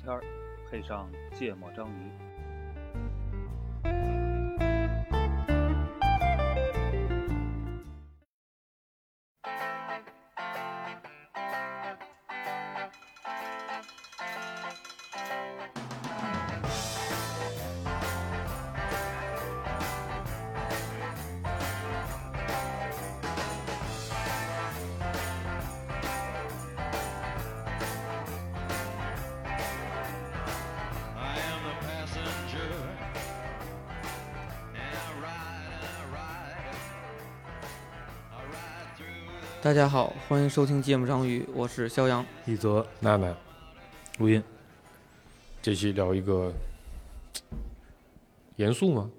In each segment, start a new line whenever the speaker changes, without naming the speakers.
片儿，配上芥末章鱼。
I am the passenger. And I ride, and I ride. I ride through the
大家好，欢迎收听《芥末章鱼》，我是肖阳。
一则
娜娜，
录音，
这期聊一个严肃吗？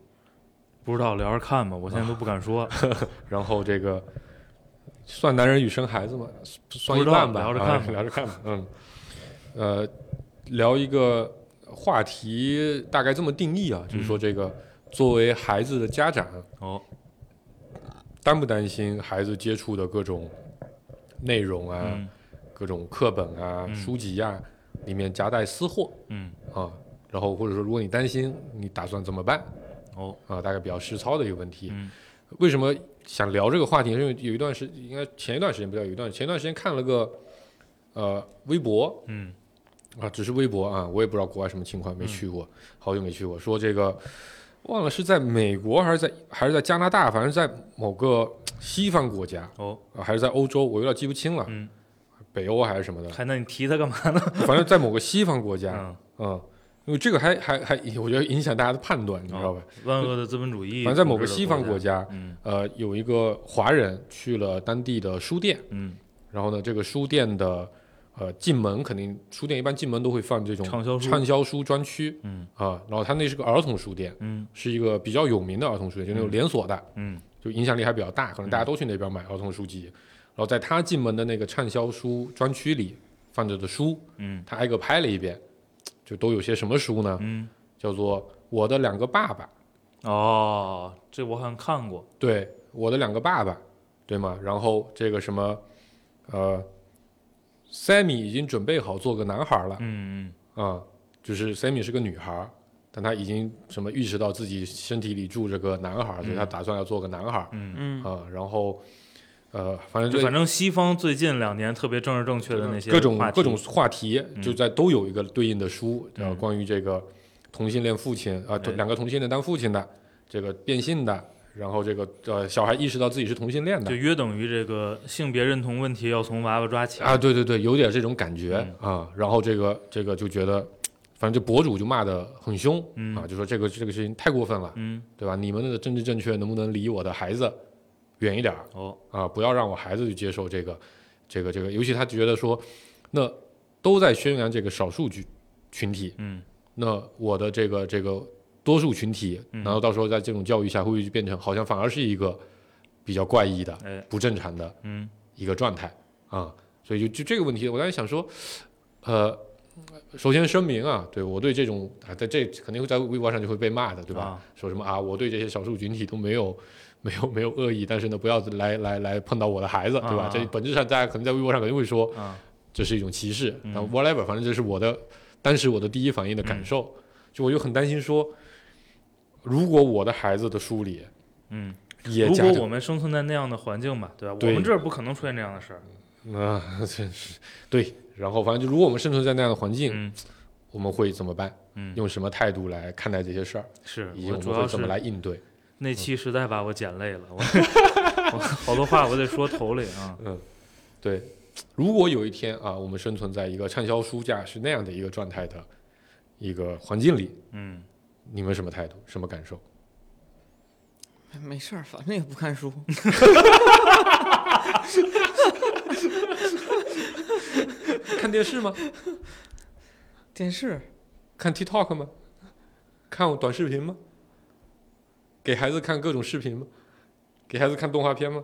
不知道聊着看吧，我
啊
现在都不敢说，
然后这个算男人与生孩子吗？算一
不知道
半吧，
聊着看
啊
吧
聊着看吧。嗯，呃，聊一个话题，大概这么定义啊，就是说这个、作为孩子的家长，
哦，
担不担心孩子接触的各种内容啊、
嗯
各种课本啊、
嗯
书籍啊里面夹带私货
嗯，
啊？然后或者说，如果你担心，你打算怎么办？
哦，
啊，大概比较实操的一个问题。
嗯
为什么想聊这个话题？是因为有一段时，应该前一段时间不叫有一段，前一段时间看了个呃微博
嗯
啊，只是微博啊，我也不知道国外什么情况，没去过，好久没去过。说这个忘了是在美国还是在还是在加拿大，反正在某个西方国家
哦，
啊，还是在欧洲，我有点记不清了，
嗯，
北欧还是什么的，
还那你提他干 嘛呢？
反正在某个西方国家，
嗯，
嗯，因为这个还还还，我觉得影响大家的判断，你知道吧？
万恶的资本主义，
反正在某个西方
国
国，家，
嗯
呃，有一个华人去了当地的书店，
嗯，
然后呢，这个书店的呃进门肯定书店一般进门都会放这种
畅销书
畅销书专区，
嗯
啊、然后他那是个儿童书店，
嗯
是一个比较有名的儿童书店，就那种连锁的，
嗯
就影响力还比较大，可能大家都去那边买儿童书籍。然后在他进门的那个畅销书专区里放着的书，
嗯
他挨个拍了一遍，就都有些什么书呢？
嗯，
叫做《我的两个爸爸》。
哦，这我好像看过，
对，我的两个爸爸，对吗？然后这个什么，呃，Sammy 已经准备好做个男孩了
嗯
啊、就是 Sammy 是个女孩，但她已经什么意识到自己身体里住着个男孩，所以她打算要做个男孩啊、
嗯
嗯，
然后，呃，反正
嗯，就
这
反正西方最近两年特别政治正确的那些
各种
话题
各种，话题
嗯
就在都有一个对应的书，
嗯哎
呃，关于这个同性恋父亲啊、
对
两个同性恋当父亲的，这个变性的，然后这个呃小孩意识到自己是同性恋的
就。约等于这个性别认同问题要从娃娃抓起
啊，，对对对，有点这种感觉、
嗯
啊。然后这个这个就觉得，反正这博主就骂得很凶、
嗯
啊，就说这个这个事情太过分了，
嗯
对吧？你们的政治正确能不能离我的孩子远一点儿
哦，
啊？不要让我孩子去接受这个这个这个，尤其他觉得说，那都在宣扬这个少数群群体，
嗯
那我的这个这个多数群体，
嗯
难道到时候在这种教育下会不会就变成好像反而是一个比较怪异的、
哎
不正常的？
嗯
一个状态啊、所以就就这个问题，我当时想说，呃，首先声明啊，对我对这种啊，在这肯定会在微博上就会被骂的，对吧？
啊
说什么啊，我对这些少数群体都没有没有没有恶意，但是呢，不要来来来碰到我的孩子，对吧？
啊
这本质上大家可能在微博上肯定会说
啊
这是一种歧视，
嗯
那 whatever，反正这是我的当时我的第一反应的感受，
嗯
就我就很担心说，如果我的孩子的书里
嗯。
也
如
夹
果
着
我们生存在那样的环境吧，对吧？
对
我们这儿不可能出现这样的事儿。
啊，真是对。然后反正就如果我们生存在那样的环境，
嗯
我们会怎么办？
嗯，
用什么态度来看待这些事儿，
是
以及
我
我
主
们
要
会怎么来
是
应对？
那期实在把我捡累了，我我好多话我得说头里啊。
对，如果有一天啊，我们生存在一个畅销书架是那样的一个状态的一个环境里，
嗯，
你们什么态度？什么感受？
哎没事儿，反正也不看书。
看电视吗？
电视
看 TikTok 吗？看短视频吗？给孩子看各种视频吗？给孩子看动画片吗？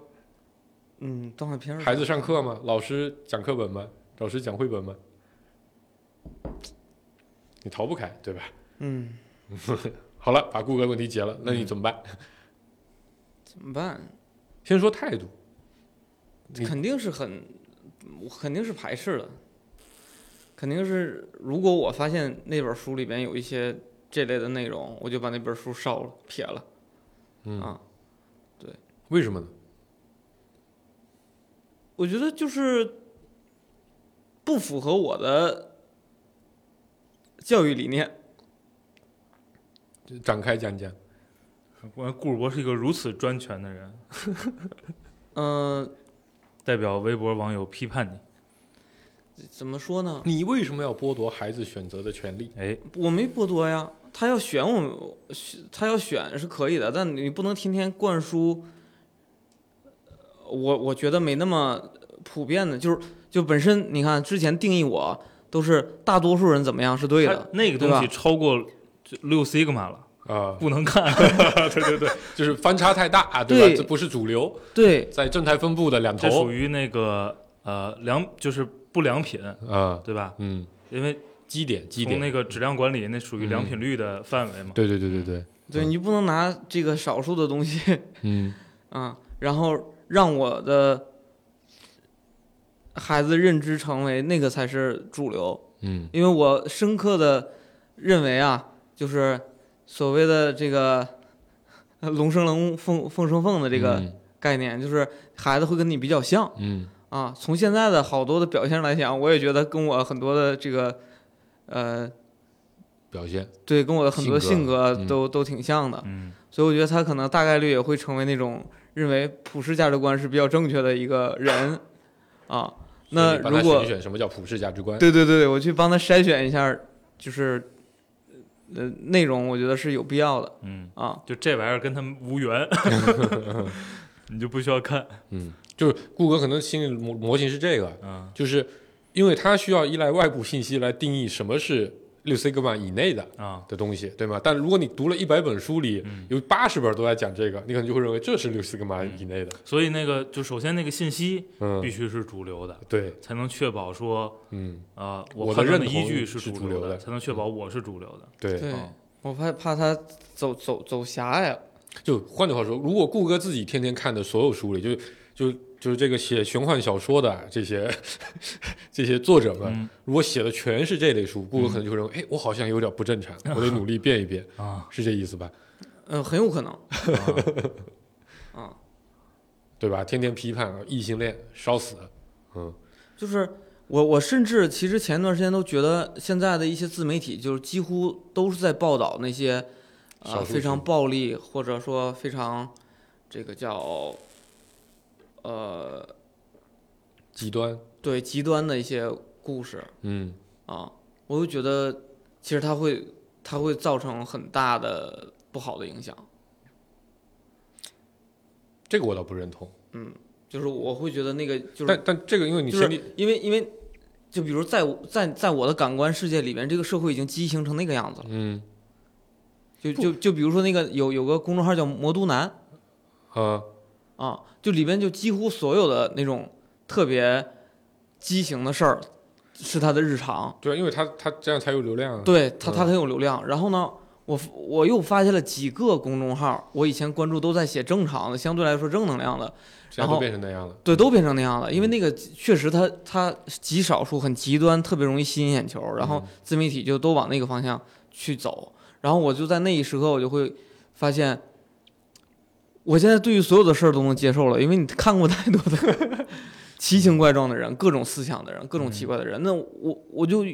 嗯，动画片儿。
孩子上课吗？老师讲课本吗？老师讲绘本吗？你逃不开，对吧？
嗯，
好了，把顾客问题结了，那你怎么办？
怎么办？
先说态度，你
肯定是很，我肯定是排斥的。肯定是如果我发现那本书里边有一些这类的内容，我就把那本书烧了、撇了。
嗯
啊，
为什么呢？
我觉得就是不符合我的教育理念。
展开讲讲。
我顾主播是一个如此专权的人，
嗯、
代表微博网友批判你。
怎么说呢？
你为什么要剥夺孩子选择的权利？
哎，
我没剥夺呀，他要选我，他要选是可以的，但你不能天天灌输。我我觉得没那么普遍的，就是就本身你看之前定义我都是大多数人怎么样是对
它
的，
那个
对
东西
吧
超过这六 sigma 了，
啊、
不能看。对对对，
就是翻差太大啊，对吧？
对
这不是主流，
对
在正态分布的两
这
头
属于那个呃良，就是不良品，
啊，
对吧？
嗯，
因为
基点基
从
点，
那个质量管理，那属于良品率的范围嘛。
对对对对对，
对，你不能拿这个少数的东西
嗯
啊，然后让我的孩子认知成为那个才是主流，
嗯
因为我深刻的认为啊，就是所谓的这个 呃龙生龙，凤凤生凤的这个
嗯
概念，就是孩子会跟你比较像
嗯
啊。从现在的好多的表现来讲，我也觉得跟我很多的这个呃，
表现，
对，跟我的很多
性
性
格嗯
格都都挺像的，
嗯，
所以我觉得他可能大概率也会成为那种认为普世价值观是比较正确的一个人啊。那
所以你帮他
如果
选一选什么叫普世价值观，
对对对，对我去帮他筛选一下，就是呃内容，我觉得是有必要的
嗯，
啊。
就这玩意儿跟他们无 缘，你就不需要看。
嗯，就是顾哥可能心里模模型是这个，
嗯
就是因为他需要依赖外部信息来定义什么是六 sigma 以内的
啊，
的东西，对吗？但如果你读了一百本书里，
嗯
有八十本都在讲这个，你可能就会认为这是六 sigma 以内的，
所以那个就首先那个信息
嗯，
必须是主流的，
对，
才能确保说
嗯，
呃
我的
判断
认
的依
同
据
是主
主
流的
的，才能确保我是主流的。
对，嗯
对
哦，
我怕怕他走走走狭隘了。
就换句话说，如果顾哥自己天天看的所有书里，就就就是这个写玄幻小说的这些 这些作者们，
嗯
如果写的全是这类书，顾哥可能就会认为，哎，我好像有点不 正常，我得努力变一变，
啊，
是这意思吧？
嗯、很有可能。啊，
对吧？天天批判啊异性恋，烧死，嗯
就是我我甚至其实前段时间都觉得现在的一些自媒体就是几乎都是在报道那些
少
呃
数族
非常暴力或者说非常这个叫呃
极端，
对极端的一些故事。
嗯
啊，我就觉得其实它会它会造成很大的不好的影响，
这个我倒不认同。
就是我会觉得那个就是
但但这个，因为你
就是
前提，
因为因为就比如在我在在我的感官世界里边，这个社会已经畸形成那个样子了。
嗯
就就就比如说那个有有个公众号叫魔都男
啊，
啊，就里边就几乎所有的那种特别畸形的事儿是他的日常，
对啊，因为他他这样才有流量啊。
对他他
嗯
很有流量。然后呢？我我又发现了几个公众号，我以前关注都在写正常的，相对来说正能量的，
现在
然
都
后
变成那样了。
对，都变成那样了。因为那个确实它，它极少数很极端，特别容易吸引眼球，然后自媒体就都往那个方向去走。然后我就在那一时刻，我就会发现，我现在对于所有的事儿都能接受了，因为你看过太多的奇形怪状的人，各种思想的人，各种奇怪的人。那我我就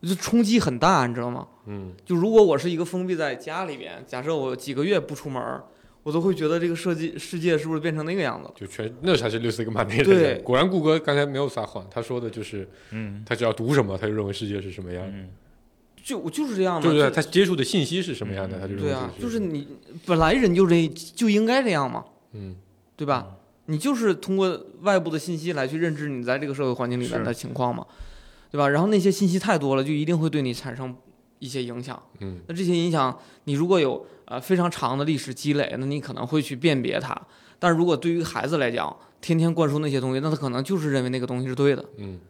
我就冲击很大，你知道吗？
嗯，
就如果我是一个封闭在家里边，假设我几个月不出门儿，我都会觉得这个设计世界是不是变成那个样子了？
就全那才是六 sigma 内的
对
人。果然，顾哥刚才没有撒谎，他说的就是
嗯
他只要读什么，他就认为世界是什么样的，
嗯，
就我就是这样嘛，
就是
就
他接触的信息是什么样的，
嗯
他就认为
对啊，
这
就是是你本来人就这就应该这样嘛，
嗯，
对吧？你就是通过外部的信息来去认知你在这个社会环境里面
是
的情况嘛，对吧？然后那些信息太多了，就一定会对你产生一些影响。
嗯，
那这些影响，你如果有呃非常长的历史积累，那你可能会去辨别它。但如果对于孩子来讲，天天灌输那些东西，那他可能就是认为那个东西是对的
嗯，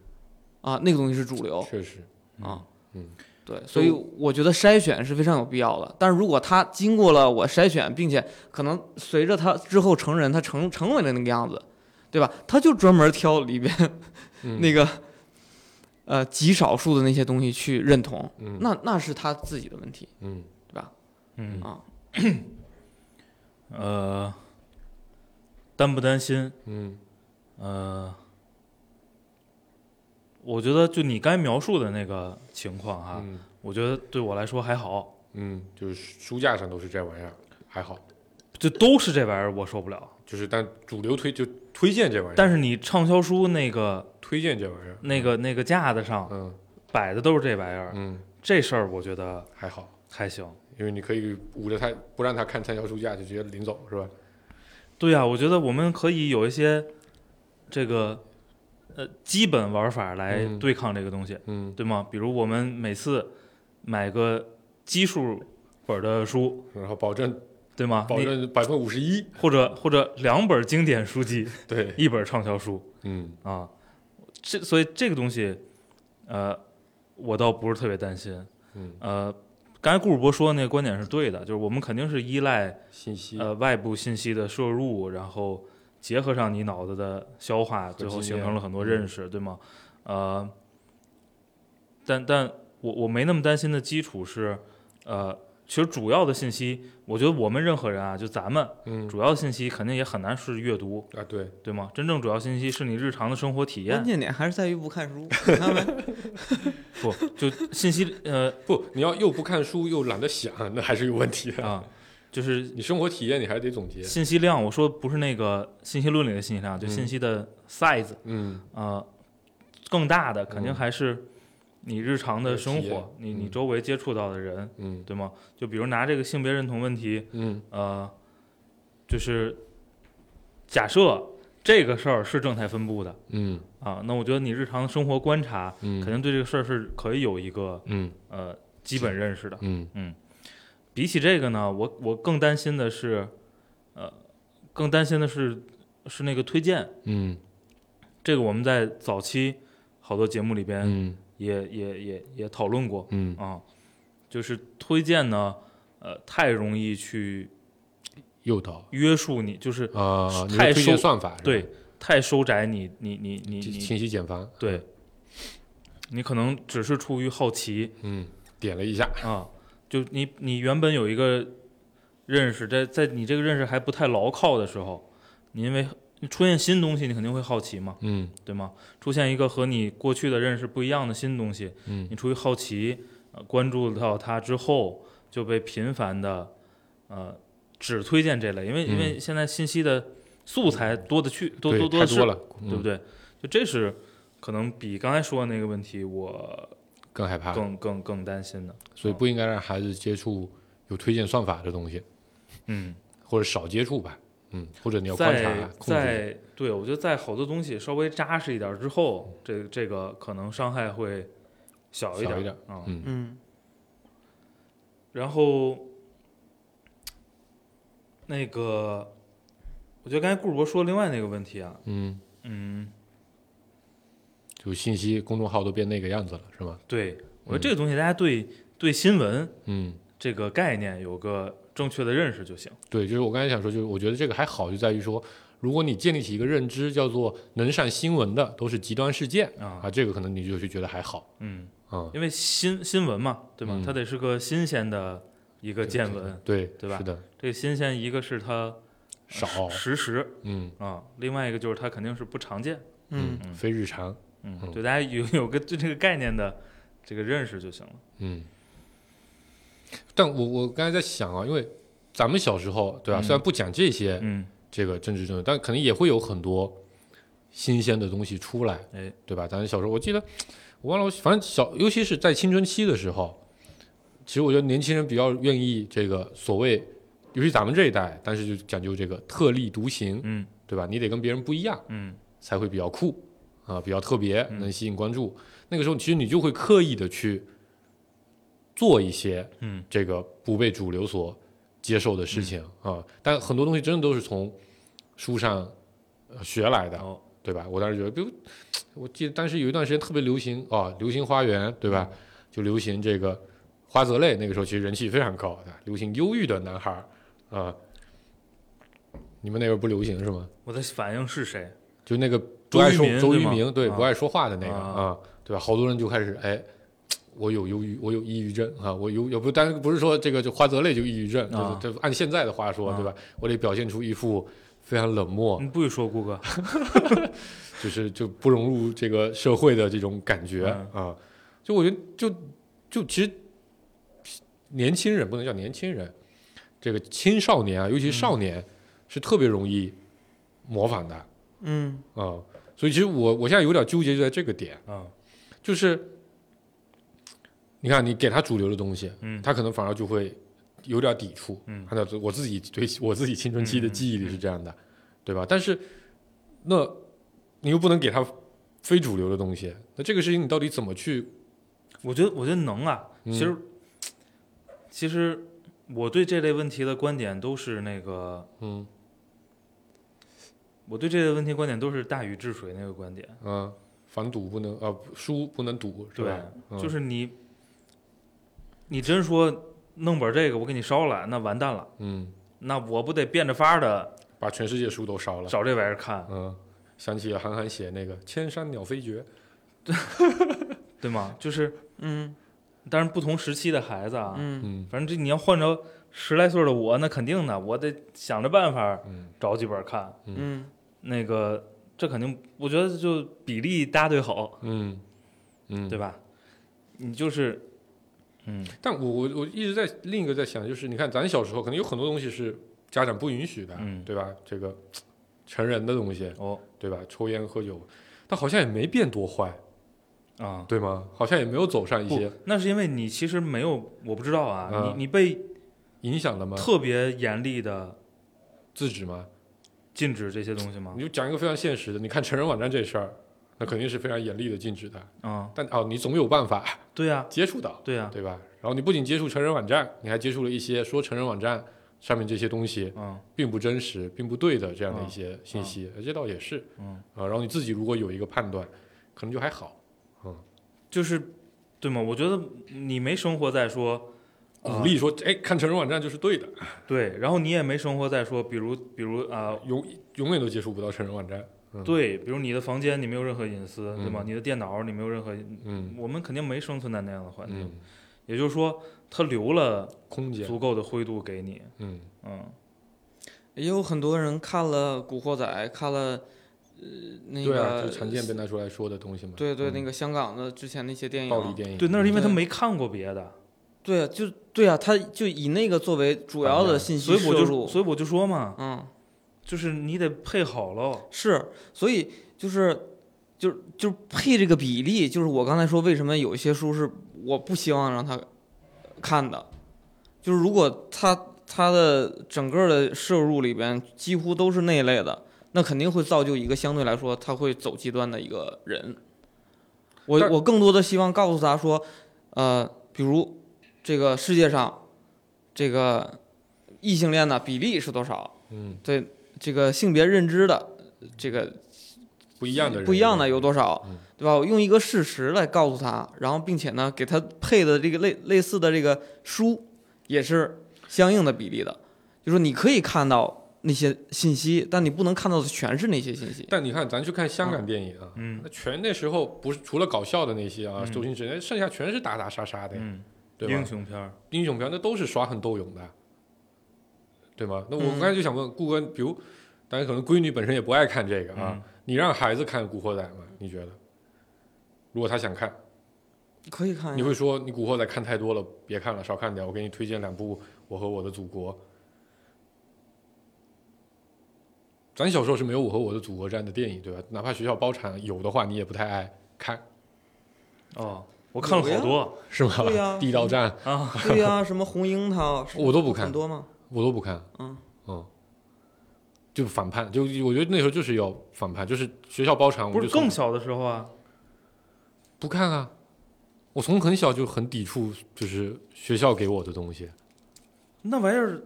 啊，那个东西是主流。
确实，
啊，
嗯，
对，所以我觉得筛选是非常有必要的。但是如果他经过了我筛选，并且可能随着他之后成人，他成成 为了那个样子，对吧？他就专门挑里边
嗯
那个呃极少数的那些东西去认同，
嗯
那那是他自己的问题，
嗯
对吧？
嗯
啊，
呃，担不担心？
嗯
呃，我觉得就你刚才描述的那个情况
啊
哈，
嗯
我觉得对我来说还好，
嗯，就是书架上都是这玩意儿，还好，
就都是这玩意儿我受不了。
就是但主流推就推荐这玩意儿，
但是你畅销书那个
推荐这玩意儿，
那个那个架子上
嗯
摆的都是这玩意儿，
嗯
这事儿我觉得
还好，
还行。
因为你可以捂着它，不让它看畅销书架，就直接领走是吧？
对呀、我觉得我们可以有一些这个呃基本玩法来
嗯
对抗这个东西，
嗯
对吗？比如我们每次买个奇数本儿的书，
嗯然后保证
对吗？
保
啊你
证百分之五十一，
或者或者两本经典书籍，
对，
一本畅销书
嗯
啊，这所以这个东西，呃，我倒不是特别担心。
嗯，
呃，刚才顾主播说的那个观点是对的，就是我们肯定是依赖
信息
呃外部信息的摄入，然后结合上你脑子的消化，最后
经
形成
验嗯
了很多认识，对吗？呃，但但我我没那么担心的基础是，呃，其实主要的信息，我觉得我们任何人啊，就咱们
嗯
主要信息肯定也很难是阅读，
啊对，
对吗？真正主要信息是你日常的生活体验
关，键点还是在于不看 书，你看没？
不就信息 呃
不，你要又不看书又懒得想，那还是有问题的。
啊，就是
你生活体验你还得总结，
信息量。我说不是那个信息论里的信息量，就
嗯
信息的 size，、
嗯
呃，更大的肯定
嗯
还是你日常的
有体
生
验
活，你你
嗯
周围接触到的人，
嗯
对吗？就比如拿这个性别认同问题，
嗯
呃，就是假设这个事儿是正态分布的
嗯
啊，那我觉得你日常生活观察。
嗯，
肯定对这个事儿是可以有一个
嗯
呃基本认识的。
嗯
比起这个呢，我我更担心的是，呃，更担心的是是那个推荐。
嗯
这个我们在早期好多节目里边
嗯
也、也也也讨论过
嗯
啊，就是推荐呢，呃，太容易去
诱导
约束你，就是
啊，你的
太
推荐
收
算法是吧
对，太收窄你你你你
信
你，
信息茧房，
对，你可能只是出于好奇，
嗯，点了一下，
啊，就你你原本有一个认识，在在你这个认识还不太牢靠的时候，你因为出现新东西，你肯定会好奇嘛，
嗯
对吗？出现一个和你过去的认识不一样的新东西，
嗯
你出于好奇，呃，关注到它之后，就被频繁的呃只推荐这类，因为因为现在信息的素材多的去，多
嗯对
多多
太
的
多
是，
了，嗯
对不
对？
对？就这是可能比刚才说的那个问题，我
嗯更害怕，
更更更担心的，
所以不应该让孩子接触有推荐算法的东西，
嗯。
或者少接触吧，嗯，或者你要观察
在
控制，
在对我觉得在好多东西稍微扎实一点之后，这这个可能伤害会小一
小
点
一点
啊、
嗯
嗯，
然后那个，我觉得刚才顾主播说另外那个问题啊，
嗯，
嗯，
就信息公众号都变那个样子了，是吗？
对我觉得这个东西大家对、对新闻
嗯。
这个概念有个正确的认识就行。
对，就是我刚才想说，就是我觉得这个还好，就在于说，如果你建立起一个认知，叫做能上新闻的都是极端事件
啊
啊，这个可能你就去觉得还好，
嗯，
嗯，
因为新新闻嘛，对吗？
嗯
它得是个新鲜的一个见闻，
对，
对吧
是的，
这个新鲜一个是它
少，
实时。
嗯
啊，另外一个就是它肯定是不常见，
嗯，
嗯
非日常，
嗯
嗯
对大家有有个对这个概念的这个认识就行了。
嗯。但我我刚才在想啊，因为咱们小时候，对吧？
嗯
虽然不讲这些
嗯，
这个政治正确，但肯定也会有很多新鲜的东西出来，
哎，
对吧？咱小时候我记得，我忘了，我反正小，尤其是在青春期的时候，其实我觉得年轻人比较愿意这个所谓，尤其咱们这一代，但是就讲究这个特立独行，
嗯
对吧？你得跟别人不一样，
嗯
才会比较酷啊、比较特别，
嗯
能吸引关注。那个时候，其实你就会刻意的去做一些
嗯
这个不被主流所接受的事情啊、
嗯
但很多东西真的都是从书上呃学来的，
哦
对吧？我当时觉得，比如我记得当时有一段时间特别流行啊，流行花园，对吧？
嗯
就流行这个花泽类，那个时候其实人气非常高的，流行忧郁的男孩儿啊、你们那边不流行是吗？
我的反应是谁？
就那个不
周
爱
渝
说
民
周
对
渝
吗
民对
啊
不爱说话的那个
啊
啊，对吧？好多人就开始哎，我有忧郁，我有抑郁症啊，我有也不，但是不是说这个就花泽类就抑郁症，就是
啊
这按现在的话说，对吧？我得表现出一副非常冷漠，
你不许说顾哥，
就是就不融入这个社会的这种感觉啊、就我觉得就就其实年轻人不能叫年轻人，这个青少年啊，尤
嗯
其是少年、是特别容易模仿的啊、
嗯
所以其实我我现在有点纠结就在这个点，
嗯
就是你看你给他主流的东西，
嗯
他可能反而就会有点抵触。
嗯
按照我自己对我自己青春期的记忆里是这样的，对吧？但是那你又不能给他非主流的东西，那这个事情你到底怎么去？
我觉得我觉得能啊，
嗯
其实、其实我对这类问题的观点都是那个，
嗯
我对这类问题观点都是大禹治水那个观点，
嗯、呃反赌不能啊、呃，输不能赌，是
对
吧？，嗯
就是你你真说弄本这个我给你烧了，那完蛋了，
嗯，
那我不得变着法儿的
把全世界书都烧了。
找这玩意儿看，
嗯，想起韩寒写那个“千山鸟飞绝
对吗？就是，
嗯
当然不同时期的孩子啊，”，
嗯
嗯
反正这你要换着十来岁的我，那肯定的，我得想着办法儿
嗯
找几本儿看。
嗯
那个这肯定，我觉得就比例搭对好，
嗯嗯，
对吧？你就是，嗯，
但我我我一直在另一个在想，就是你看咱小时候可能有很多东西是家长不允许的，
嗯
对吧？这个成人的东西，
哦
对吧？抽烟喝酒，但好像也没变多坏，
啊，
对吗？好像也没有走上一
不
些，
那是因为你其实没有，我不知道啊，
啊
你你被
影响了吗？
特别严厉的
制止吗？
禁止这些东西吗
你？就讲一个非常现实的，你看成人网站这事儿，那肯定是非常严厉的禁止的，
啊，
但哦，你总有办法
对呀，
接触到，
对呀，
对吧？然后你不仅接触成人网站，你还接触了一些说成人网站上面这些东西
嗯
并不真实、并不对的这样的一
嗯
些信息，这倒也是。
嗯，
啊，然后你自己如果有一个判断，可能就还好。
就是，对吗？我觉得你没生活在说啊
鼓励说，哎，看成人网站就是对的，
对，然后你也没生活在说，比如比如啊，
永永远都接触不到成人网站。
对，比如你的房间你没有任何隐私，对吗？
嗯
你的电脑你没有任何，
嗯
我们肯定没生存在那样的环境。
嗯，
也就是说，他留了
空间，
足够的灰度给你，
嗯
嗯，
也有很多人看了《古惑仔》，看了呃那
对啊，就
个
是常见变态出来说的东西嘛。
对对
嗯
那个香港的之前那些电
暴力
影，
电影，
对，那是因为他
对
没看过别的，
对啊，就对啊，他就以那个作为主要的信
所
息
以我
摄
就
入，
所以我就说嘛，
嗯，
就是你得配好喽，
是，所以就是。就就配这个比例，就是我刚才说，为什么有一些书是我不希望让他看的，就是如果他他的整个的摄入里边几乎都是那一类的，那肯定会造就一个相对来说他会走极端的一个人。我
但
我更多的希望告诉他说，呃，比如这个世界上这个异性恋的比例是多少？
嗯，
对这个性别认知的这个
不一样的人，
不一样的有多少
嗯，
对吧？我用一个事实来告诉他，然后并且呢，给他配的这个类类似的这个书也是相应的比例的，就说你可以看到那些信息，但你不能看到的全是那些信息。
但你看，咱去看香港电影啊，
嗯
那全那时候不是除了搞笑的那些啊，
嗯
周星驰，那剩下全是打打杀杀的呀，
嗯，
哎对吧
英？雄片儿，
英雄片那都是耍狠斗勇的，对吗？那我
嗯
刚才就想问顾哥，比如，当然可能闺女本身也不爱看这
嗯
个啊，你让孩子看《古惑仔》吗？你觉得？如果他想看，
可以看
你
呀，
会说你《古惑仔》看太多了，别看了，少看点。我给你推荐两部《我和我的祖国》。咱小时候是没有《我和我的祖国》这样的电影，对吧？哪怕学校包产有的话，你也不太爱看，
哦，我看了
有呀
好多
是吗？
对呀
地道战
啊，
对呀、什么红樱桃，
我都不看
很，多吗？
我都不看。
嗯
就反叛，就我觉得那时候就是要反叛，就是学校包场，我
不是
就从
更小的时候啊，
不看啊。我从很小就很抵触，就是学校给我的东西
那玩意儿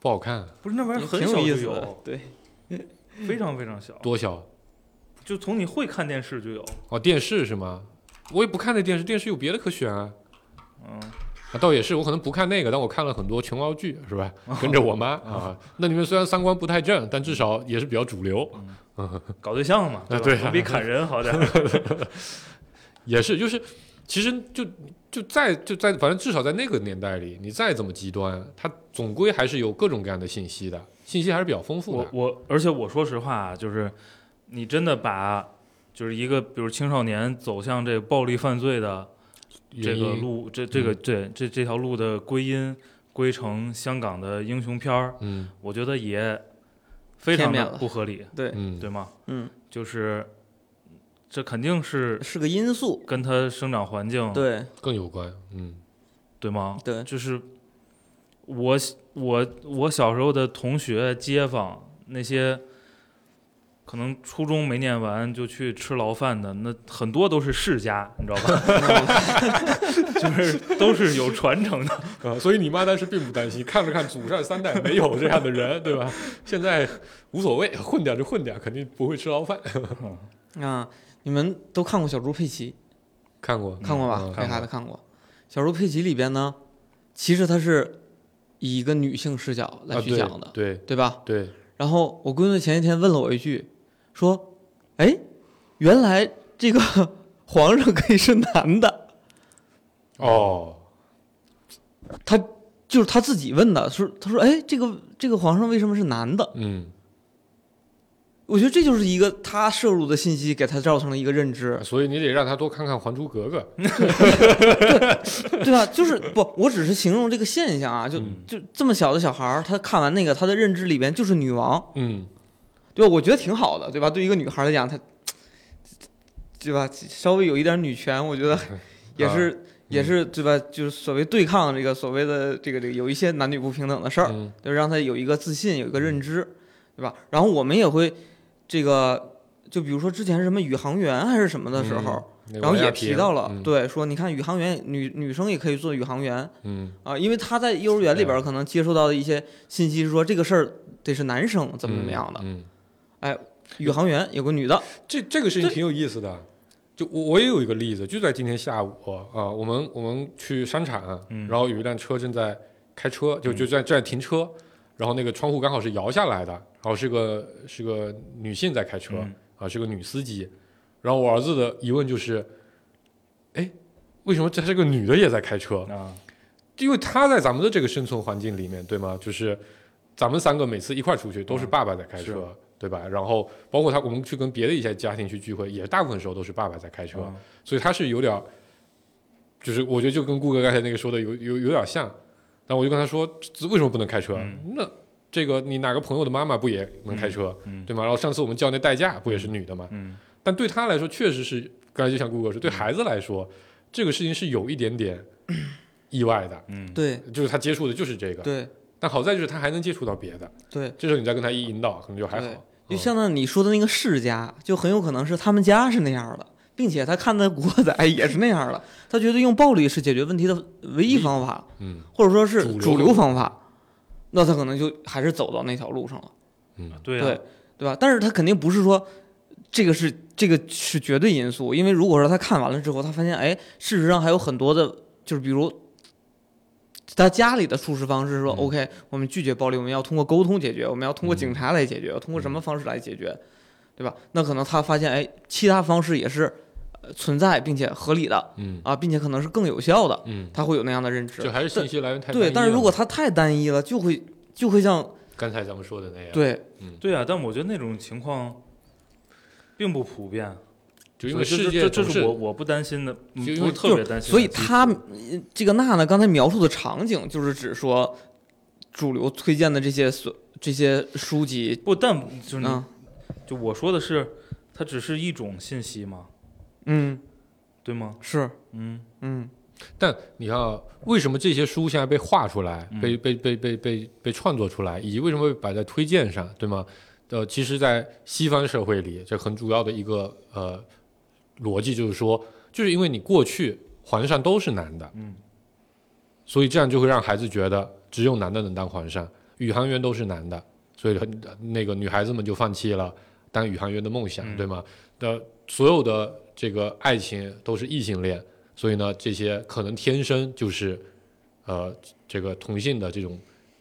不好看，
不是那玩意儿
也
很
挺
小
有意
就
思的
有，，
对，
非常非常 小，
多小
就从你会看电视就有，
哦！电视是吗？我也不看那电视，电视有别的可选啊。
嗯，
啊，倒也是，我可能不看那个，但我看了很多琼 瑶剧，是吧？跟着我妈啊，那里面虽然三观不太正，但至少也是比较主流。
搞对象嘛，
啊
吧？
对啊
总比砍人好点儿。
也是，就是其实就就再就在，反正至少在那个年代里，你再怎么极端，它总归还是有各种各样的信息的，信息还是比较丰富
我
的。
我，而且我说实话啊，就是你真的把就是一个比如青少年走向这暴力犯罪的这
原
个
因，嗯
路，这这个这这这条路的归因归成香港的英雄片儿，
嗯
我觉得也非
片
常
面
的
了
不合理，
对，
嗯，
对吗？
嗯，
就是这肯定是
是个因素，
跟他生长环
嗯
境
对
更有关，嗯
对吗？
对，
就是我我我小时候的同学、街坊那些，可能初中没念完就去吃牢饭的，那很多都是世家，你知道吧？ 就是都是有传承的。
啊，所以你妈当时并不担心，看了看祖上三代没有这样的人，对吧？现在无所谓，混点就混点，肯定不会吃牢饭。
啊，你们都看过《小猪佩奇
看过》，
看过吧？
嗯
没孩子看过，《小猪佩奇》里边呢，其实它是以一个女性视角来
啊
去讲的，
对
对吧？
对
然后我闺女前几天问了我一句，说：“哎，原来这个 皇上可以是男的。
对，哦，”
她就是她自己问的，说：“她说，哎，这个这个皇上为什么是男的
嗯，？”，
我觉得这就是一个她摄入的信息给她造成了一个认知
所以你得让他多看看《还珠格格》。
对吧？就是不，我只是形容这个现象啊，就
嗯
就这么小的小孩儿，他看完那个，他的认知里边就是女王，
嗯，
对吧？我觉得挺好的，对吧？对于一个女孩来讲，她，对吧？稍微有一点女权，我觉 得也是、
啊
也
嗯
是对吧？就是所谓对抗这个所谓的这个这个有一些男女不平等的事儿，
嗯
就是让她有一个自信，有一个认知，对吧？然后我们也会这个，就比如说之前什么宇航员还是什么的时候，
嗯那
然后
王
也
亚
提
平
到了，
嗯
对，说你看宇航员女女生也可以做宇航员
嗯
啊，因为她在幼儿园里边儿可能接受到的一些信息是说这个事儿得是男生怎么怎么样的。
嗯，嗯
宇航员有个女的，
这这个事情挺有意思的。就我我也有一个例子，就在今天下午啊、我们我们去商场，
嗯
然后有一辆车正在开车，就就在正在停车，然后那个窗户刚好是摇下来的，然后是个是个女性在开车、
嗯
啊，是个女司机，然后我儿子的疑问就是，哎，为什么这是个女的也在开车？
啊，
因为他在咱们的这个生存环境里面，对吗？就是咱们三个每次一块儿出去
嗯
都是爸爸在开车，对吧？然后包括他，我们去跟别的一些家庭去聚会，也大部分时候都是爸爸在开车，
嗯
所以他是有点儿，就是我觉得就跟顾哥刚才那个说的有有有点儿像。然后我就跟他说，这为什么不能开车？
嗯
那这个你哪个朋友的妈妈不也能开车，
嗯
对吗？然后上次我们叫那代驾不也是女的吗？
嗯
但对他来说，确实是刚才就像顾哥说，对孩子来说，这个事情是有一点点意外的。
嗯，
对
就是他接触的就是这个，
对
但好在就是他还能接触到别的，
对，
这时候你再跟他一引导，可能就还
对
好。
就相当于你说的那个世家，就很有可能是他们家是那样的，并且他看的古惑仔也是那样的，他觉得用暴力是解决问题的唯一方法，
嗯，
或者说是
主流
主流方法，那他可能就还是走到那条路上了，
嗯
对
对
啊，
对吧？但是他肯定不是说这个是这个是绝对因素，因为如果说他看完了之后，他发现哎，事实上还有很多的，就是比如。他家里的处事方式
嗯
说、o k 我们拒绝暴力，我们要通过沟通解决，我们要通过警察来解
嗯
决，通过什么方式来解决，对吧？那可能他发现，哎，其他方式也是呃存在并且合理的
嗯
啊，并且可能是更有效的，
嗯，
他会有那样的认知
就。还是信息来源太单一
对，
了哎
但是如果他太单一了，就会就会像
刚才咱们说的那样，，
对
对啊，但我觉得那种情况并不普遍，
就因为
所以
世
这
界
这这
总
是我我不担心的，嗯
就因
不
为
是特别担心的。
所以他呃这个娜娜刚才描述的场景，就是指说主流推荐的这些所这些书籍，
不，但就是你
啊，
就我说的是，它只是一种信息嘛，
嗯，
对吗？
是，
嗯，
嗯，
但你看啊，为什么这些书现在被画出来，
嗯
被被被被被被创作出来，以及为什么会摆在推荐上，对吗？呃，其实，在西方社会里，这很主要的一个呃逻辑就是说，就是因为你过去皇上都是男的，
嗯，
所以这样就会让孩子觉得只有男的能当皇上，宇航员都是男的，所以很那个女孩子们就放弃了当宇航员的梦想，
嗯
对吗？的所有的这个爱情都是异性恋，所以呢，这些可能天生就是呃这个同性的这种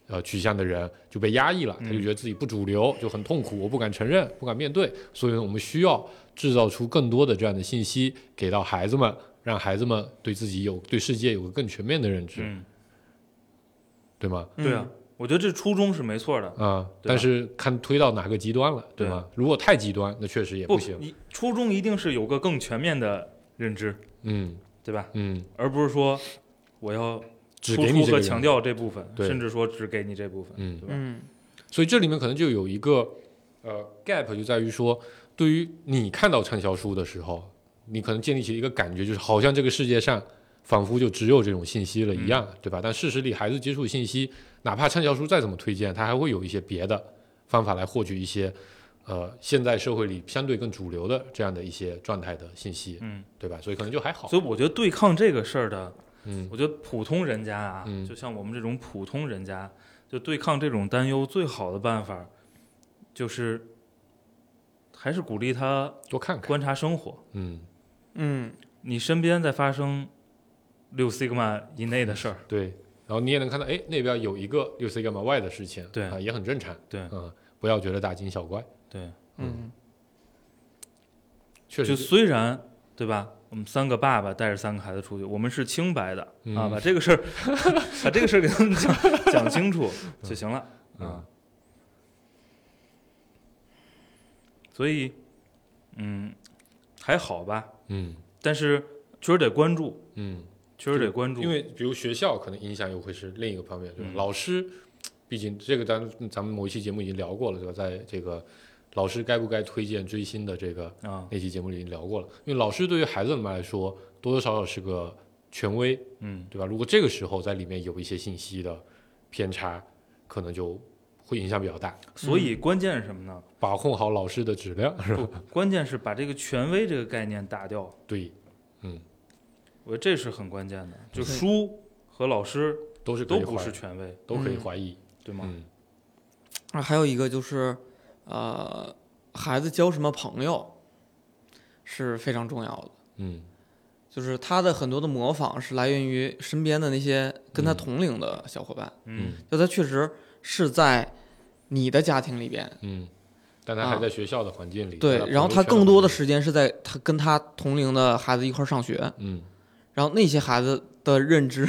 呃取向的人就被压抑了，
嗯
他就觉得自己不主流，就很痛苦，我不敢承认，不敢面对，所以呢，我们需要制造出更多的这样的信息给到孩子们，让孩子们对自己有对世界有个更全面的认知，
嗯，
对吗？
嗯
对啊，我觉得这初衷是没错的。
啊、
对吧
但是看推到哪个极端了，对
对
吗？如果太极端，那确实也
不
不行。
你初衷一定是有个更全面的认知，
嗯
对吧？
嗯，
而不是说我要
只
突
给
出
你这
和
个
强
人。
调这部分，
对
甚至说只给你这部分。
嗯，
对吧
嗯
所以这里面可能就有一个呃 gap，就在于说，对于你看到畅销书的时候，你可能建立起一个感觉，就是好像这个世界上仿佛就只有这种信息了一样，
嗯
对吧？但事实里，孩子接触信息，哪怕畅销书再怎么推荐，他还会有一些别的方法来获取一些呃现在社会里相对更主流的这样的一些状态的信息，
嗯，
对吧？所以可能就还好。
所以我觉得对抗这个事儿的，
嗯
我觉得普通人家啊，
嗯
就像我们这种普通人家，就对抗这种担忧，最好的办法就是还是鼓励他
多看看，
观察生活。
嗯，
嗯，
你身边在发生六 sigma 以内的事儿，
对，然后你也能看到，哎，那边有一个六 C 伽马 Y 的事情，
对
啊、也很正常，
对
嗯，不要觉得大惊小怪，
对，
嗯，
确
就
实，
虽然对吧，我们三个爸爸带着三个孩子出去，我们是清白的、
嗯
啊，把这个事儿 把这个事儿给他们讲讲清楚就行了啊。所以，嗯，还好吧，
嗯
但是确实得关注，
嗯，
确实得关注，
因为比如学校可能影响又会是另一个方面，对吧？
嗯
老师，毕竟这个咱咱们某一期节目已经聊过了，对吧？在这个老师该不该推荐追星的这个
啊，
那期节目里已经聊过了，因为老师对于孩子们来说多多少少是个权威，
嗯，
对吧？如果这个时候在里面有一些信息的偏差，可能就会影响比较大。
所以关键是什么呢？
把控好老师的质量， 是吧？
不，关键是把这个权威这个概念打掉，
对，
我觉得这是很关键的。就书和老师
都是可
都
以
不
怀
是，权威，
都
嗯
可以怀疑，
对吗？
嗯
那啊还有一个就是，呃，孩子交什么朋友是非常重要的。
嗯
就是他的很多的模仿是来源于身边的那些跟他
嗯
同龄的小伙伴，
嗯，
就他确实是在你的家庭里边，
嗯，但他还
啊
在学校的环境里，
对
在，
然后
朋
他
友圈
更多的
环
时间是在他跟他同龄的孩子一块儿上学，
境里，嗯
然后那些孩子的认知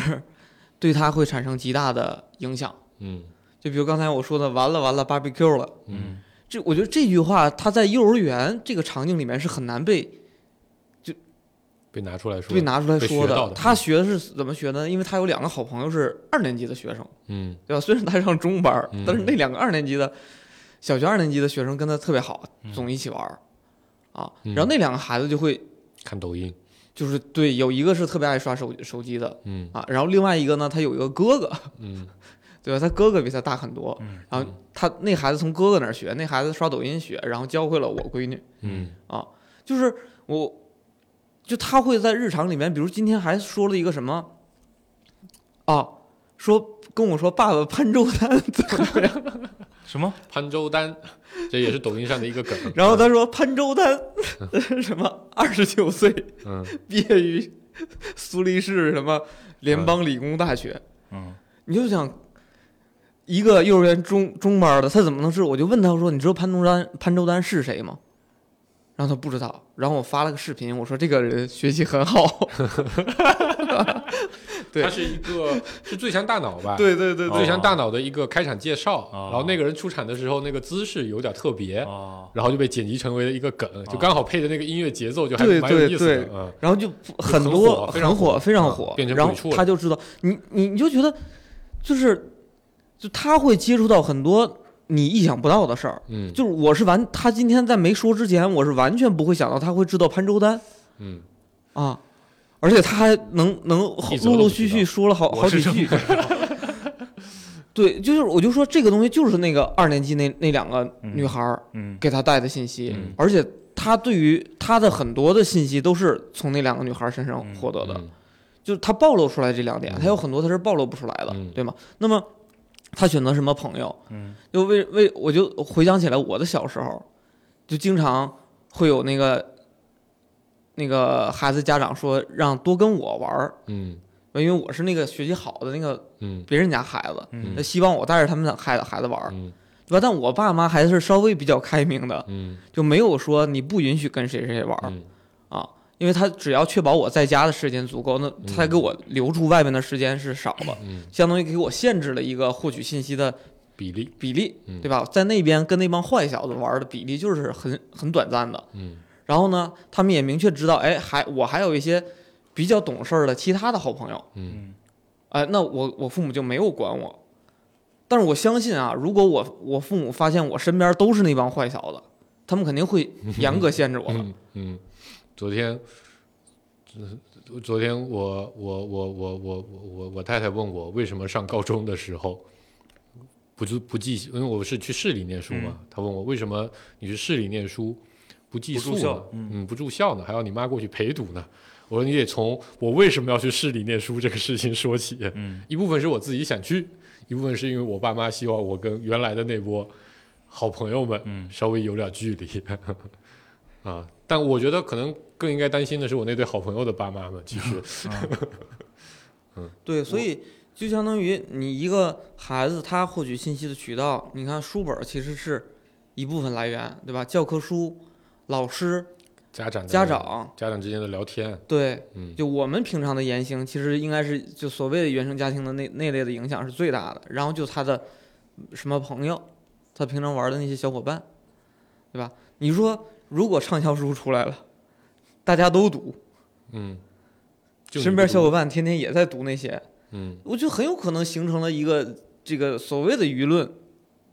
对他会产生极大的影响。
嗯
就比如刚才我说的，完了完了，barbecue 了，
嗯
这我觉得这句话他在幼儿园这个场景里面是很难被
被拿出来说，
被拿出来
被
说
学到
的。
的
他学的是怎么学的呢？因为他有两个好朋友是二年级的学生，
嗯
对吧？虽然他上中班儿
嗯，
但是那两个二年级的小学二年级的学生跟他特别好，总一起玩儿啊。
嗯
然后那两个孩子就会
看抖音，
就是对，有一个是特别爱刷手手机的
嗯
啊，然后另外一个呢，他有一个哥哥，
嗯
对吧？他哥哥比他大很多
嗯，
然后他那孩子从哥哥那儿学，那孩子刷抖音学，然后教会了我闺女，
嗯
就是我，就他会在日常里面，比如今天还说了一个什么，啊，说跟我说爸爸潘周丹怎么样，，
什么？
潘周丹，这也是抖音上的一个梗
然后他说潘周丹什么二十九岁
嗯
毕业于苏黎世什么联邦理工大学，
嗯
你就想一个幼儿园中中班的，他怎么能是？我就问他我说：“你知道潘周丹潘周丹是谁吗？”然后他不知道，然后我发了个视频，我说这个人学习很 好。对
他是一个是最强大脑吧？。
对对对
哦
最强大脑的一个开场介绍，
哦
然后那个人出场的时候，那个姿势有点特别，
哦，
然后就被剪辑成为了一个梗，就刚好配的那个音乐节奏，就还
哦对
蛮有意思的
对。对
嗯，
然后就很
很
多
火非
很
常
火，
火
非常
啊
火。
变成
然
鬼畜
后
了
他就知道你你你就觉得就是就他会接触到很多你意想不到的事儿。
嗯
就是我是完，他今天在没说之前，我是完全不会想到他会知道潘周丹。
嗯，
啊，而且他还能能好
一则
陆
都
陆
不
续
知
续
道
说了好好几句。对，就是我就说这个东西就是那个二年级那那两个女孩儿
嗯
给他带的信息，
嗯
而且他对于他的很多的信息都是从那两个女孩儿身上获得的，
嗯
就是他暴露出来这两点，
嗯
他有很多他是暴露不出来的，
嗯
对吗？那么他选择什么朋友？
嗯
就为为我就回想起来我的小时候，就经常会有那个那个孩子家长说让多跟我玩儿，
嗯
因为我是那个学习好的那个
嗯
别人家孩子，
嗯
那希望我带着他们的孩子孩子玩儿，
嗯
对吧？但我爸妈还是稍微比较开明的，
嗯
就没有说你不允许跟谁谁谁玩儿，
嗯
啊，因为他只要确保我在家的时间足够，那他才给我留出外面的时间是少 了，
嗯，
相当于给我限制了一个获取信息的
比例，
比例
嗯，
对吧？在那边跟那帮坏小子玩的比例就是很很短暂的。
嗯
然后呢，他们也明确知道，哎，还我还有一些比较懂事儿的其他的好朋友，
嗯
嗯
哎，那我我父母就没有管我。但是我相信啊，如果我我父母发现我身边都是那帮坏小子，他们肯定会严格限制我的。
嗯嗯，昨天。昨昨天我我我我我我我太太问我为什么上高中的时候不记不记，因为我是去市里念书嘛，她问我为什么你去市里念书不寄
不
宿
住校
呢
嗯
嗯，不住校呢，还要你妈过去陪读呢。我说你得从我为什么要去市里念书这个事情说起，
嗯
一部分是我自己想去，一部分是因为我爸妈希望我跟原来的那波好朋友们
嗯
稍微有点距离 啊。但我觉得可能更应该担心的是我那对好朋友的爸妈们，其 实
对，所以就相当于你一个孩子他获取信息的渠道，你看书本儿其实是一部分来源，对吧？教科书、老师、
家长的
家长，
家长之间的聊天，
对，
嗯
就我们平常的言行，其实应该是就所谓的原生家庭的那那类的影响是最大的。然后就他的什么朋友，他平常玩的那些小伙伴，对吧？你说如果畅销书出来了，大家都读，
嗯，就你
身边
不
小
读
伙伴天天也在读那些，
嗯
我觉得很有可能形成了一个这个所谓的舆论，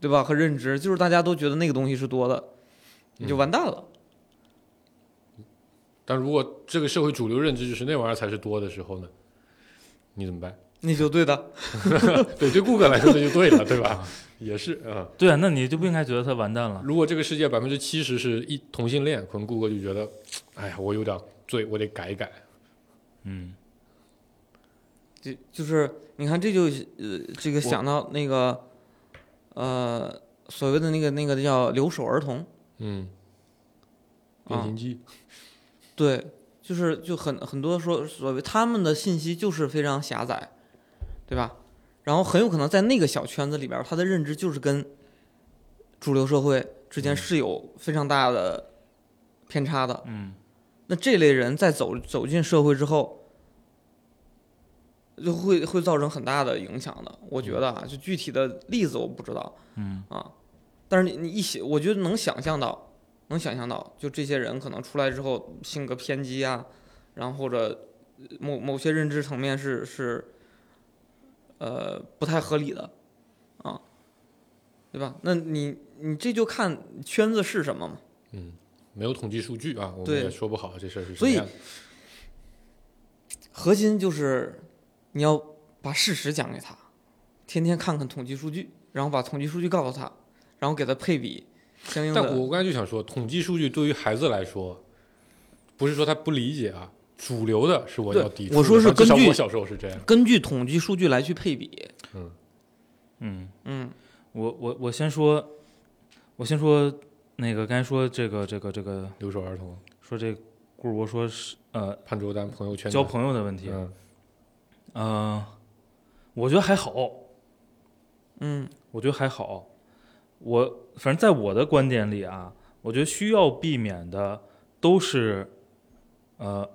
对吧？和认知，就是大家都觉得那个东西是多的，你
嗯
就完蛋了。
但如果这个社会主流认知就是那玩意儿才是多的时候呢，你怎么办？
那就对的，
对，对顾客来说这就对了，对吧？也是啊。嗯
对啊，那你就不应该觉得他完蛋了。
啊如果这个世界百分之七十是一同性恋，可能顾哥就觉得，哎呀，我有点醉，我得改一改。
嗯
就就是你看，这就呃，这个想到那个，呃，所谓的那个那个叫留守儿童，
嗯，变
啊
形记，
对，就是就很很多说所谓他们的信息就是非常狭窄，对吧？然后很有可能在那个小圈子里边儿，他的认知就是跟主流社会之间是有非常大的偏差的。
嗯
那这类人在走走进社会之后，就会会造成很大的影响的。我觉得啊，就具体的例子我不知道
嗯
啊，但是你你一想，我觉得能想象到，能想象到，就这些人可能出来之后性格偏激啊，然后或者呃某某些认知层面是是，呃，不太合理的啊，对吧？那你你这就看圈子是什么嘛。
没有统计数据啊，我们
对
也说不好这事儿是什
所
么
以
样的。
核心就是你要把事实讲给他，天天看看统计数据，然后把统计数据告诉他，然后给他配比相应的。
但我刚才就想说，统计数据对于孩子来说，不是说他不理解啊，主流的是我
对
要抵触的。
我说是
至少
根据
我小时候是这样。
根据统计数据来去配比，
嗯，
嗯，
我我我先说，我先说那个刚才说这个这个这个
留守儿童，
说这顾主播说是呃
潘周丹朋友圈
交
的
朋友的问题，
嗯，
嗯，我觉得还好，
嗯，
我觉得还好。我反正在我的观点里啊，我觉得需要避免的都是，呃，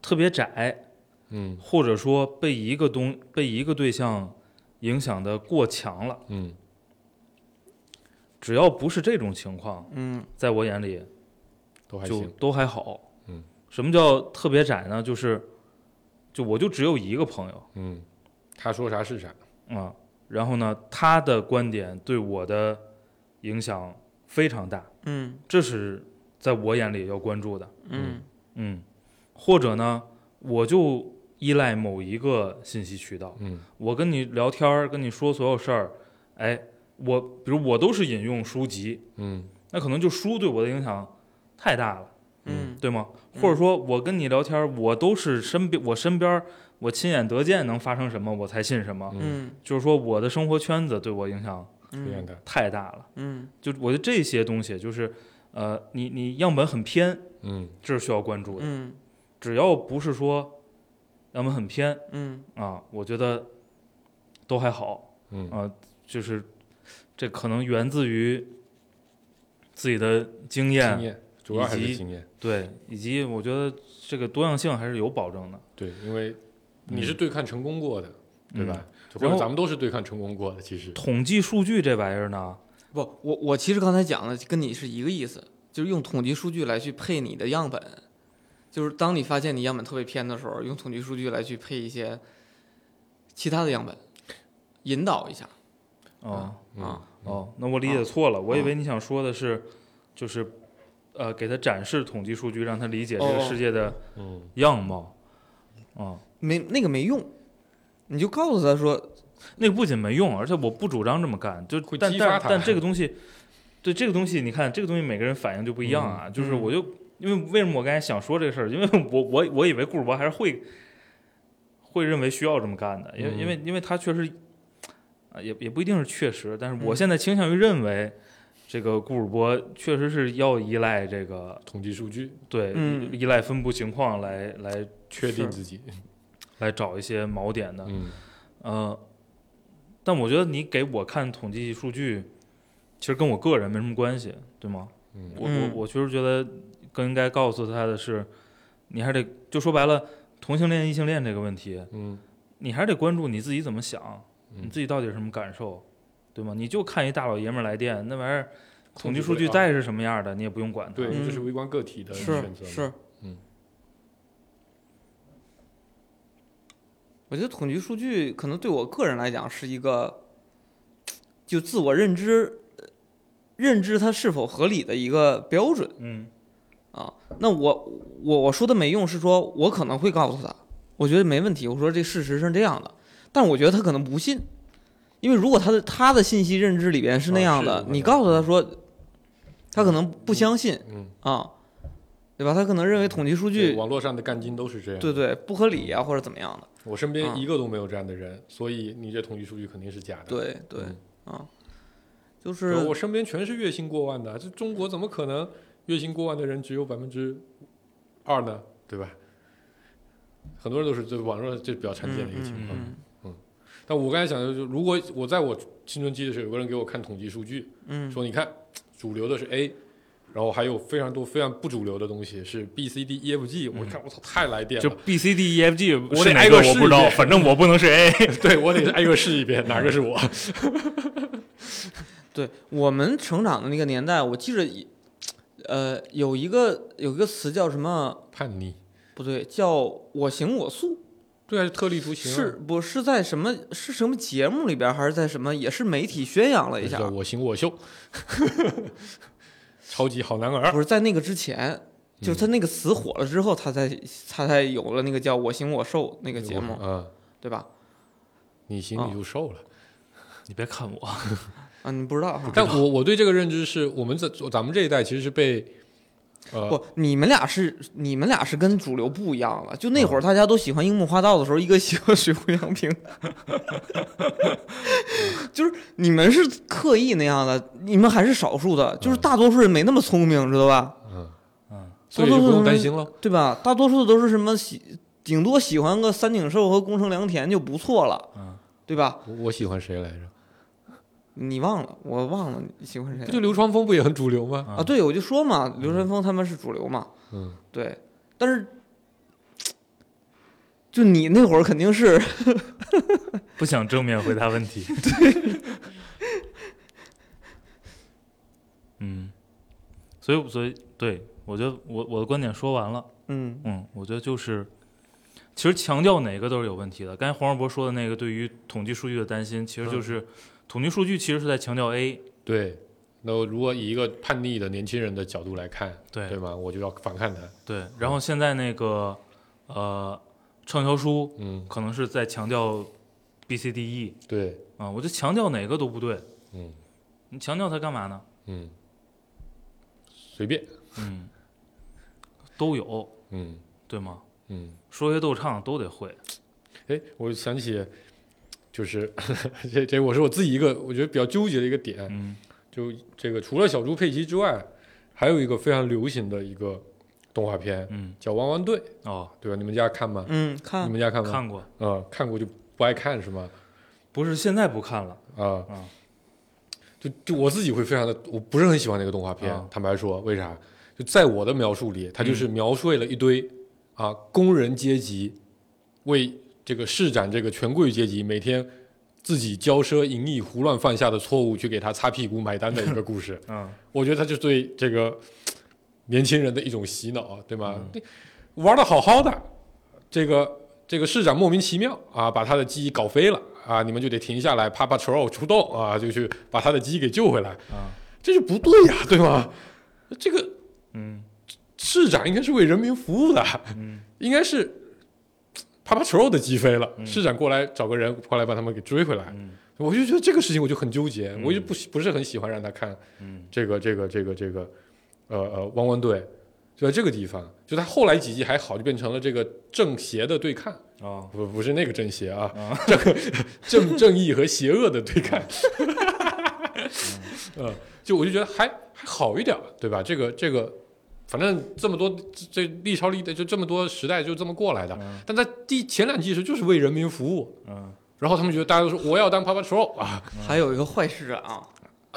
特别窄，
嗯
或者说被一个东被一个对象影响的过强了。
嗯
只要不是这种情况，
嗯，
在我眼里
都还
就
行。
都还好。
嗯，
什么叫特别窄呢？就是，就我就只有一个朋友。
嗯，他说啥是啥。
啊、然后呢，他的观点对我的影响非常大，
嗯
这是在我眼里要关注的。
嗯
嗯，或者呢，我就依赖某一个信息渠道，
嗯
我跟你聊天儿，跟你说所有事儿，哎，我比如我都是引用书籍，
嗯
那可能就书对我的影响太大了，
嗯
对吗？
嗯
或者说，我跟你聊天儿，我都是身边我身边儿我亲眼得见能发生什么，我才信什么。
嗯，
嗯
就是说，我的生活圈子对我影响
这样
嗯
的。
太大了。
嗯
就我觉得这些东西，就是呃，你你样本很偏，
嗯
这是需要关注的。
嗯
只要不是说要么很偏
嗯
啊，我觉得都还好，
嗯
啊，就是这可能源自于自己的经验，
经验主要还
以及
是经验。
对，以及我觉得这个多样性还是有保证的，
对，因为
嗯
你是对抗成功过的，对吧？就或
然
者
后
咱们都是对抗成功过的，其实。
统计数据这玩意儿呢，啊
不，我我其实刚才讲的跟你是一个意思，就是用统计数据来去配你的样本，就是当你发现你样本特别偏的时候，用统计数据来去配一些其他的样本，引导一下
啊、
嗯
啊。
哦，那我理解错了，我以为你想说的是，就是呃，给他展示统计数据，让他理解这个
哦
世界的
嗯，
样貌，啊、
没那个没用，你就告诉他说，
那个不仅没用，而且我不主张这么干，就
会
但
激发
但
他
但这个东西，对这个东西，你看这个东西每个人反应就不一样啊，
嗯
就是我就因为为什么我刚才想说这个事儿，因为我我我以为顾世博还是会会认为需要这么干的，因为、
嗯
因为因为他确实啊也也不一定是确实，但是我
嗯
现在倾向于认为。这个顾主播确实是要依赖这个
统计数据
对、
嗯
依赖分布情况来来
确定
是
自己。
来找一些锚点的，
嗯，
呃，但我觉得你给我看统计数据，其实跟我个人没什么关系，对吗？
嗯
我我
嗯
我确实觉得更应该告诉他的是，你还得就说白了，同性恋、异性恋这个问题，
嗯
你还得关注你自己怎么想，你
嗯
自己到底是什么感受，对吗？你就看一大老爷们儿来电，那玩意儿统计数
控制
据
不了
再是什么样的，你也不用管它。
对，
嗯
这是微观个体的
是
选择嘛。
是，
嗯，
我觉得统计数据可能对我个人来讲是一个，就自我认知，呃认知它是否合理的一个标准。
嗯
啊，那我我我说的没用是说，我可能会告诉他，我觉得没问题，我说这事实是这样的，但我觉得他可能不信，因为如果他的他的信息认知里边是那
啊
样
是
的，
有可
你
能
告诉他说，他可能不相信
嗯，
啊，对吧？他可能认为统计数
对
据
网络上的干筋都是这样。
对对不合理啊，或者怎么样的，
我身边
啊
一个都没有这样的人，所以你这统计数据肯定是假的。
对对
嗯
啊，就
对，
是
我身边全是月薪过万的，这中国怎么可能月薪过万的人只有百分之二呢？对吧？很多人都是这网络上这比较常见的一个情
嗯
况。
嗯
但我刚才想的就是，如果我在我青春期的时候，有个人给我看统计数据，
嗯嗯
说你看主流的是 A，然后还有非常多非常不主流的东西是 B、C、D、E、F、G，我一看我操太来电
就
了，
B C D E F G
我
是
得
哪
挨
个
个
我
试
不知
一
道，
遍
反正我不能是 A。
对我得挨个试一遍，哪个是我？
对我们成长的那个年代，我记着一，呃，有一个有一个词叫什么？
叛逆，
不对，叫我行我素，
对啊，是特立独行啊，
是不是在什么是什么节目里边，还是在什么也是媒体宣扬了一下
叫？我行我秀， 超级好男儿，
不是在那个之前，就是他那个词火了之后，他才他才有了那个叫我行我受那个节目，
嗯，
对吧？
你行
啊
你就瘦了。
你别看我，
啊，你不知道啊？
但我我对这个认知是我们这咱们这一代其实是被，呃，
不，你们俩是你们俩是跟主流不一样了。就那
嗯
会儿大家都喜欢樱木花道的时候，一个喜欢水户洋 平，就是你们是刻意那样的，你们还是少数的，就是大多数人没那么聪明，知道吧？
嗯，
嗯，
所以就不用担心了。
对吧？大多数都是什么喜，顶多喜欢个三井寿和宫城良田就不错了，
嗯，
对吧？
我我喜欢谁来着？
你忘了，我忘了你喜欢谁
不就流嗯川枫不也很主流吗？
啊？对，我就说嘛，流川枫他们是主流嘛，
嗯，
对。但是，就你那会儿肯定是
不想正面回答问题。对，嗯，所以所以对我觉得我我的观点说完了。
嗯
嗯，我觉得就是，其实强调哪个都是有问题的。刚才黄世博说的那个对于统计数据的担心，其实就是、统计数据其实是在强调 A。
对。那如果以一个叛逆的年轻人的角度来看，
对
对吗？我就要反抗他。
对，然后现在那个呃畅销书
嗯，
可能是在强调 B、C、D、E
对，
啊、我就强调哪个都不对。
嗯
你强调它干嘛呢？
嗯，随便，
嗯，都有，
嗯
对吗？
嗯。
说学逗唱都得会。
哎，我想起，就是 这这，我是我自己一个我觉得比较纠结的一个点，
嗯
就这个除了小猪佩奇之外，还有一个非常流行的一个动画片，
嗯，
叫《汪汪队》，
哦，
对吧？你们家看吗？
嗯，看
你们家看吗？
看过，
嗯，啊看过就不爱看是吗？
不是现在不看了，
啊、
啊
就就我自己会非常的，我不是很喜欢那个动画片。
啊嗯
坦白说，为啥？就在我的描述里，它就是描绘了一堆、啊工人阶级为这个施展这个权贵阶级每天自己骄奢淫逸、胡乱犯下的错误去给他擦屁股买单的一个故事。
嗯，
我觉得他就对这个嘖年轻人的一种洗脑，啊对吗？
嗯
对玩的好好的，这个这个市长莫名其妙啊，把他的鸡搞飞了啊，你们就得停下来，Papa Troll 出动啊，就去把他的鸡给救回来
啊，
这就不对呀、对吗？这个
嗯
市长应该是为人民服务的，
嗯
应该是嘖 Papa Troll 的鸡飞了，市长过来找个人过来把他们给追回来。
嗯
我就觉得这个事情我就很纠结，我就不喜不是很喜欢让他看
嗯
这个这个这个这个，呃呃，汪汪队就在这个地方，就他后来几季还好，就变成了这个正邪的对抗，
哦，
不不是那个正邪啊， 正正正义和邪恶的对抗， 嗯、就我就觉得还还好一点，对吧？这个这个，反正这么多这这历朝历代就这么多时代就这么过来的，
嗯
但在第前两季时就是为人民服务，
嗯
然后他们觉得大家都说我要当 Papa Troll 啊，
还有一个坏市长，
啊，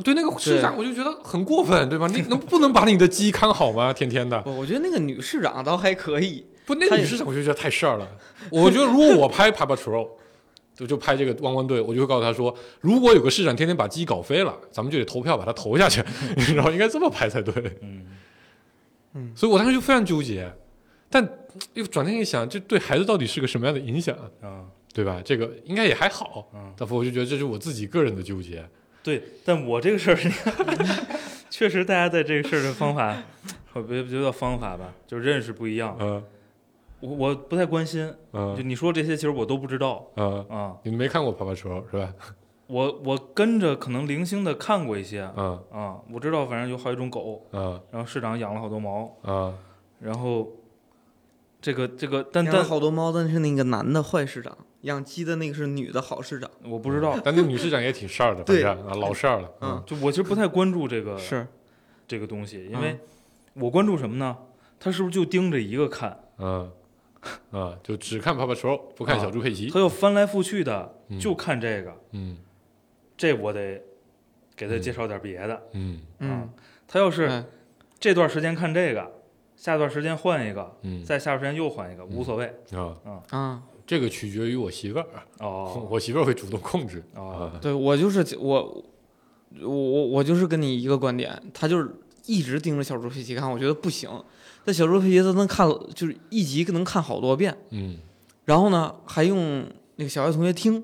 对那个市长，我就觉得很过分，对吧？你能不能把你的鸡看好吗？天天的，
不，我觉得那个女市长倒还可以，
不，那
他
个
也
女市长我就觉得太事儿了。我觉得如果我拍 Papa Troll，就就拍这个汪汪队，我就会告诉他说，如果有个市长天天把鸡搞飞了，咱们就得投票把他投下去，然后应该这么拍才对。嗯
嗯
所以我当时就非常纠结，但又转念一想，这对孩子到底是个什么样的影响，
啊，
对吧？这个应该也还好。
嗯，
但我就觉得这是我自己个人的纠结。
对，但我这个事儿，你看 确实大家在这个事儿的方法，我别别叫方法吧，就认识不一样。
嗯
我我不太关心，就
嗯
你说这些，其实我都不知道
嗯，
啊。
你没看过 Papa Troll 是吧？
我我跟着可能零星的看过一些
嗯
啊，我知道反正有好几种狗，
嗯
然后市长养了好多毛，
嗯。
然后这个这个，但
养了
但
好多猫，但是那个男的坏市长，养鸡的那个是女的好市长，
我不知道，
但那女市长也挺事儿的，反
对
正啊老事儿了。
嗯，
就我其实不太关注这个
是
这个东西，
嗯
因为我关注什么呢？他是不是就盯着一个看？
嗯啊，就只看 Papa Troll，不看
啊
小猪佩奇。
他要翻来覆去的
嗯
就看这个，
嗯
这我得给他
嗯
介绍点别的。
嗯
嗯，
他要是
哎
这段时间看这个，下段时间换一个，
嗯
再下段时间又换一个，无所谓。
啊，
啊，
这个取决于我媳妇儿，
哦
我媳妇儿会主动控制
哦，
嗯啊。
对我就是我，我我我就是跟你一个观点，他就是一直盯着小猪佩奇看，我觉得不行。但小猪佩奇他能看，就是一集能看好多遍，
嗯
然后呢还用那个小学同学听，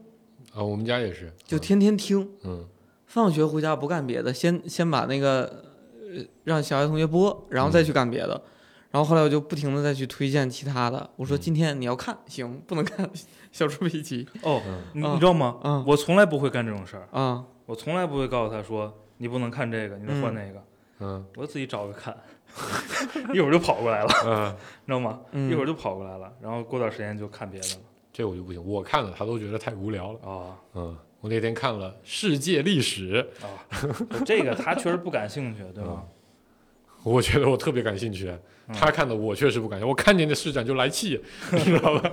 啊，我们家也是，
就天天听，
嗯
放学回家不干别的，先先把那个呃让小学同学播，然后再去干别的。然后后来我就不停的再去推荐其他的，我说
嗯
今天你要看行，不能看 小猪佩 奇
哦，
嗯
你
啊
你知道吗？
啊
我从来不会干这种事儿，
啊，
我从来不会告诉他说你不能看这个，你得换那个。
嗯
我自己找个看， 一会儿就跑过来了，
嗯，
你知道吗？
嗯
一会儿就跑过来了，然后过段时间就看别的了。
这我就不行，我看了她都觉得太无聊了。
哦
嗯，我那天看了《世界历史》，
啊， 这个他确实不感兴趣，对嗯吗？
我觉得我特别感兴趣，
嗯
她看的我确实不感兴趣，我看见那市长就来气，啊你知道吧？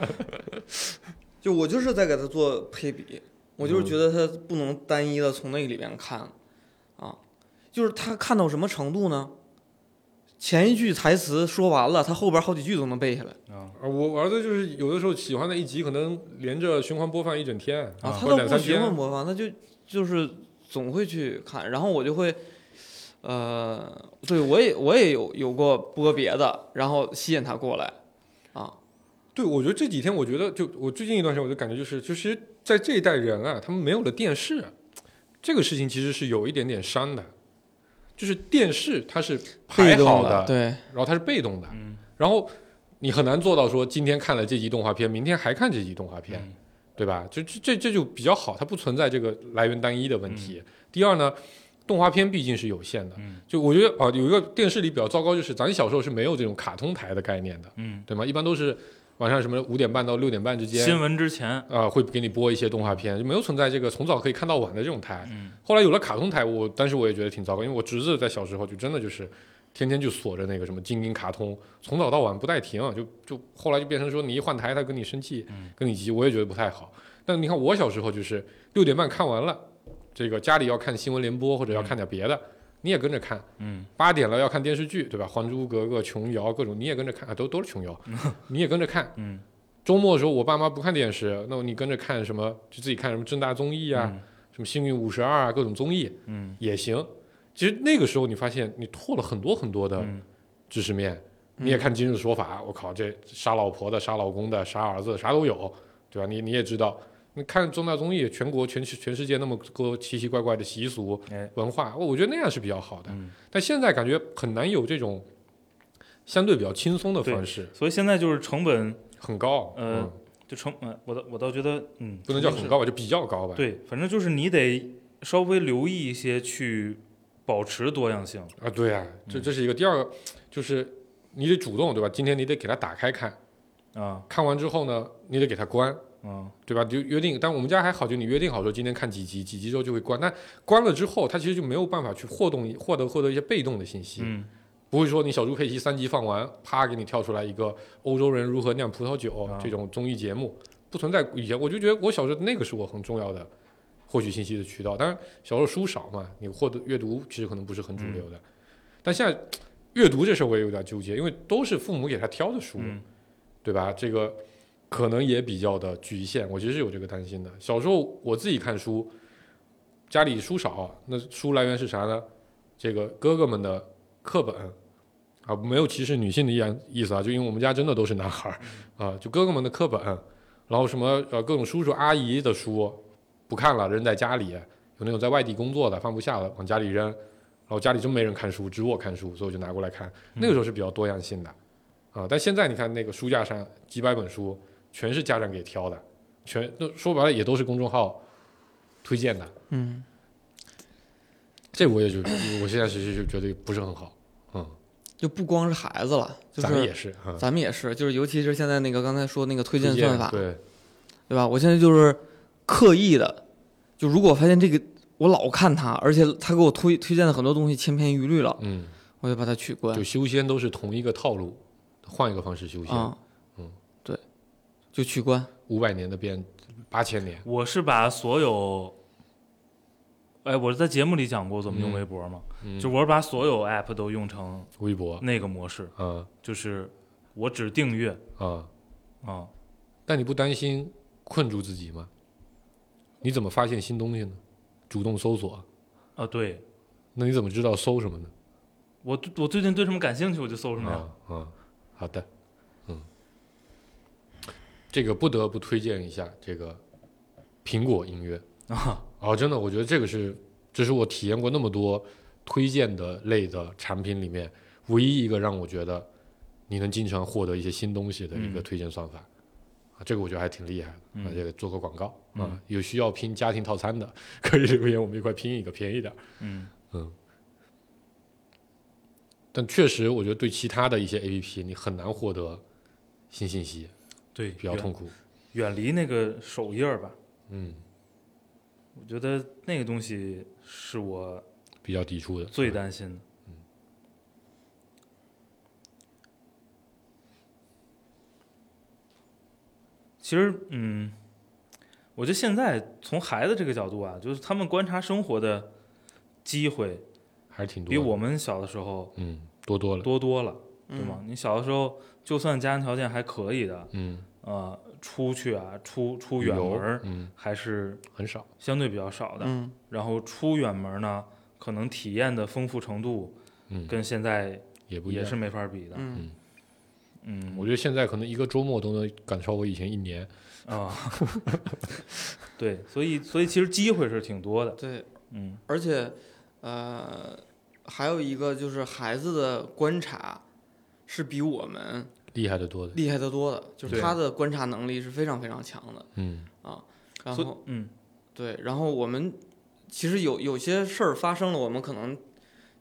就我就是在给他做配比，我就是觉得他不能单一的从那里边看，啊，就是他看到什么程度呢？前一句台词说完了，他后边好几句都能背下来
啊，
啊，我儿子就是有的时候喜欢的一集，可能连着循环播放一整天
他
啊
或
都
两
不
三
询
天
问。播放，他就就是总会去看，然后我就会，呃，对我也我也有有过播别的，然后吸引他过来，啊，
对，我觉得这几天，我觉得就我最近一段时间，我就感觉就是，其实在这一代人啊，他们没有了电视，这个事情其实是有一点点伤的，就是电视它是排
被动
好
的，对，
然后它是被动的，
嗯
然后你很难做到说今天看了这集动画片，明天还看这集动画片，
嗯
对吧？就这这这就比较好，它不存在这个来源单一的问题。第二呢，动画片毕竟是有限的，
嗯
就我觉得啊、有一个电视里比较糟糕，就是咱小时候是没有这种卡通台的概念的，
嗯，
对吗？一般都是晚上什么五点半到六点半之间
新。闻之前，
啊、会给你播一些动画片，就没有存在这个从早可以看到晚的这种台。
嗯
后来有了卡通台，我当时我也觉得挺糟糕，因为我侄子在小时候就真的就是天天就锁着那个什么精英卡通，从早到晚不带停，就就后来就变成说你一换台他跟你生气，
嗯
跟你急，我也觉得不太好。但你看我小时候就是六点半看完了，这个家里要看新闻联播或者要看点别的，你也跟着看。
嗯，
八点了要看电视剧，对吧？《还珠格格》《琼瑶》各种，你也跟着看，啊、都都是 琼瑶，你也跟着看。
嗯，
周末的时候我爸妈不看电视，那你跟着看什么？就自己看什么正大综艺啊，
嗯
什么幸运五十二啊，各种综艺
嗯
也行。其实那个时候你发现你拓了很多很多的
嗯
知识面，你也看今日说法，我靠，这杀老婆的、杀老公的、杀儿子的，啥都有，对吧？你你也知道，你看重大综艺，全国全世全世界那么多奇奇怪怪的习俗、
哎
文化，我我觉得那样是比较好的。
嗯，
但现在感觉很难有这种相对比较轻松的
对
方式，
所以现在就是成本
很高，
呃
嗯，
就成，呃我倒我倒觉得，嗯，
不能叫很高吧，就比较高吧。
对，反正就是你得稍微留意一些，去保持多样性。
啊，对啊，这
嗯
这是一个。第二个就是你得主动，对吧？今天你得给它打开看，
啊
看完之后呢，你得给它关，
啊，
对吧？就约定。但我们家还好，就你约定好说今天看几集，几集之后就会关。但关了之后，它其实就没有办法去获动获得获得一些被动的信息，
嗯
不会说你小猪佩奇三集放完，啪给你跳出来一个欧洲人如何酿葡萄酒、
啊
这种综艺节目，不存在。以前我就觉得我小时候那个是我很重要的获取信息的渠道。当然小时候书少嘛，你获得阅读其实可能不是很主流
嗯
的。但现在阅读这事儿我也有点纠结，因为都是父母给他挑的书。
嗯
对吧？这个可能也比较的局限，我其实是有这个担心的。小时候我自己看书，家里书少，那书来源是啥呢？这个哥哥们的课本啊，没有歧视女性的意意思啊，就因为我们家真的都是男孩儿啊，就哥哥们的课本，然后什么呃各种叔叔阿姨的书不看了，扔在家里，有那种在外地工作的放不下了往家里扔，然后家里真没人看书，只我看书，所以我就拿过来看。那个时候是比较多样性的。啊，但现在你看那个书架上几百本书，全是家长给挑的，全都说白了也都是公众号推荐的。
嗯，
这我也就我现在其实就觉得不是很好，嗯，
就不光是孩子了，就是
咱们也是啊，
咱们也是，就是尤其是现在那个刚才说那个推荐
推
算法，
对，
对吧？我现在就是刻意的，就如果发现这个我老看它，而且它给我推推荐的很多东西千篇一律了，
嗯，
我就把它取关
就修仙都是同一个套路，换一个方式修仙，
啊，
嗯，
对，就取关。
五百、年的变八千年，
我是把所有，哎，我是在节目里讲过怎么用
嗯
微博嘛，
嗯哦
就我是把所有 app 都用成
微博，
那个模式，
啊
就是我只订阅
啊，
啊。
但你不担心困住自己吗？你怎么发现新东西呢？主动搜索，
啊，对
那你怎么知道搜什么呢？
我最我最近对什么感兴趣，我就搜什么呀。
啊啊，好的，嗯，这个不得不推荐一下这个苹果音乐
啊，
哦，真的，我觉得这个是这是我体验过那么多推荐的类的产品里面唯一一个让我觉得你能经常获得一些新东西的一个
嗯
推荐算法。啊，这个我觉得还挺厉害的，啊
嗯，
这个做个广告啊
嗯，
有需要拼家庭套餐的，可以留言，我们一块拼一个，便宜点儿。
嗯
但确实，我觉得对其他的一些 A P P，你很难获得新信息，
对，
比较痛苦。
远，远离那个首页吧。
嗯，
我觉得那个东西是我
比较抵触的。
最担心的。其实，嗯，我觉得现在从孩子这个角度啊，就是他们观察生活的机会
还是挺多
比
的，
我们小的时候
嗯多多了。
多多了，嗯对吗？你小的时候，就算家庭条件还可以的，
嗯，
呃，出去啊，出出
旅
远
游
门儿
嗯
还是
很少。
相对比较少的。
嗯，
然后出远门呢，可能体验的丰富程度
嗯，
跟现在
也不一
也
样
是。没法比的。
嗯
嗯，
我觉得现在可能一个周末都能赶超我以前一年。
啊， 对，所以所以其实机会是挺多的。
对，
嗯
而且呃，还有一个就是孩子的观察是比我们
厉害的多的，
厉害得多的，就是
对
他的观察能力是非常非常强的。
嗯，
然
所以
后
嗯
对，然后我们其实有有些事儿发生了，我们可能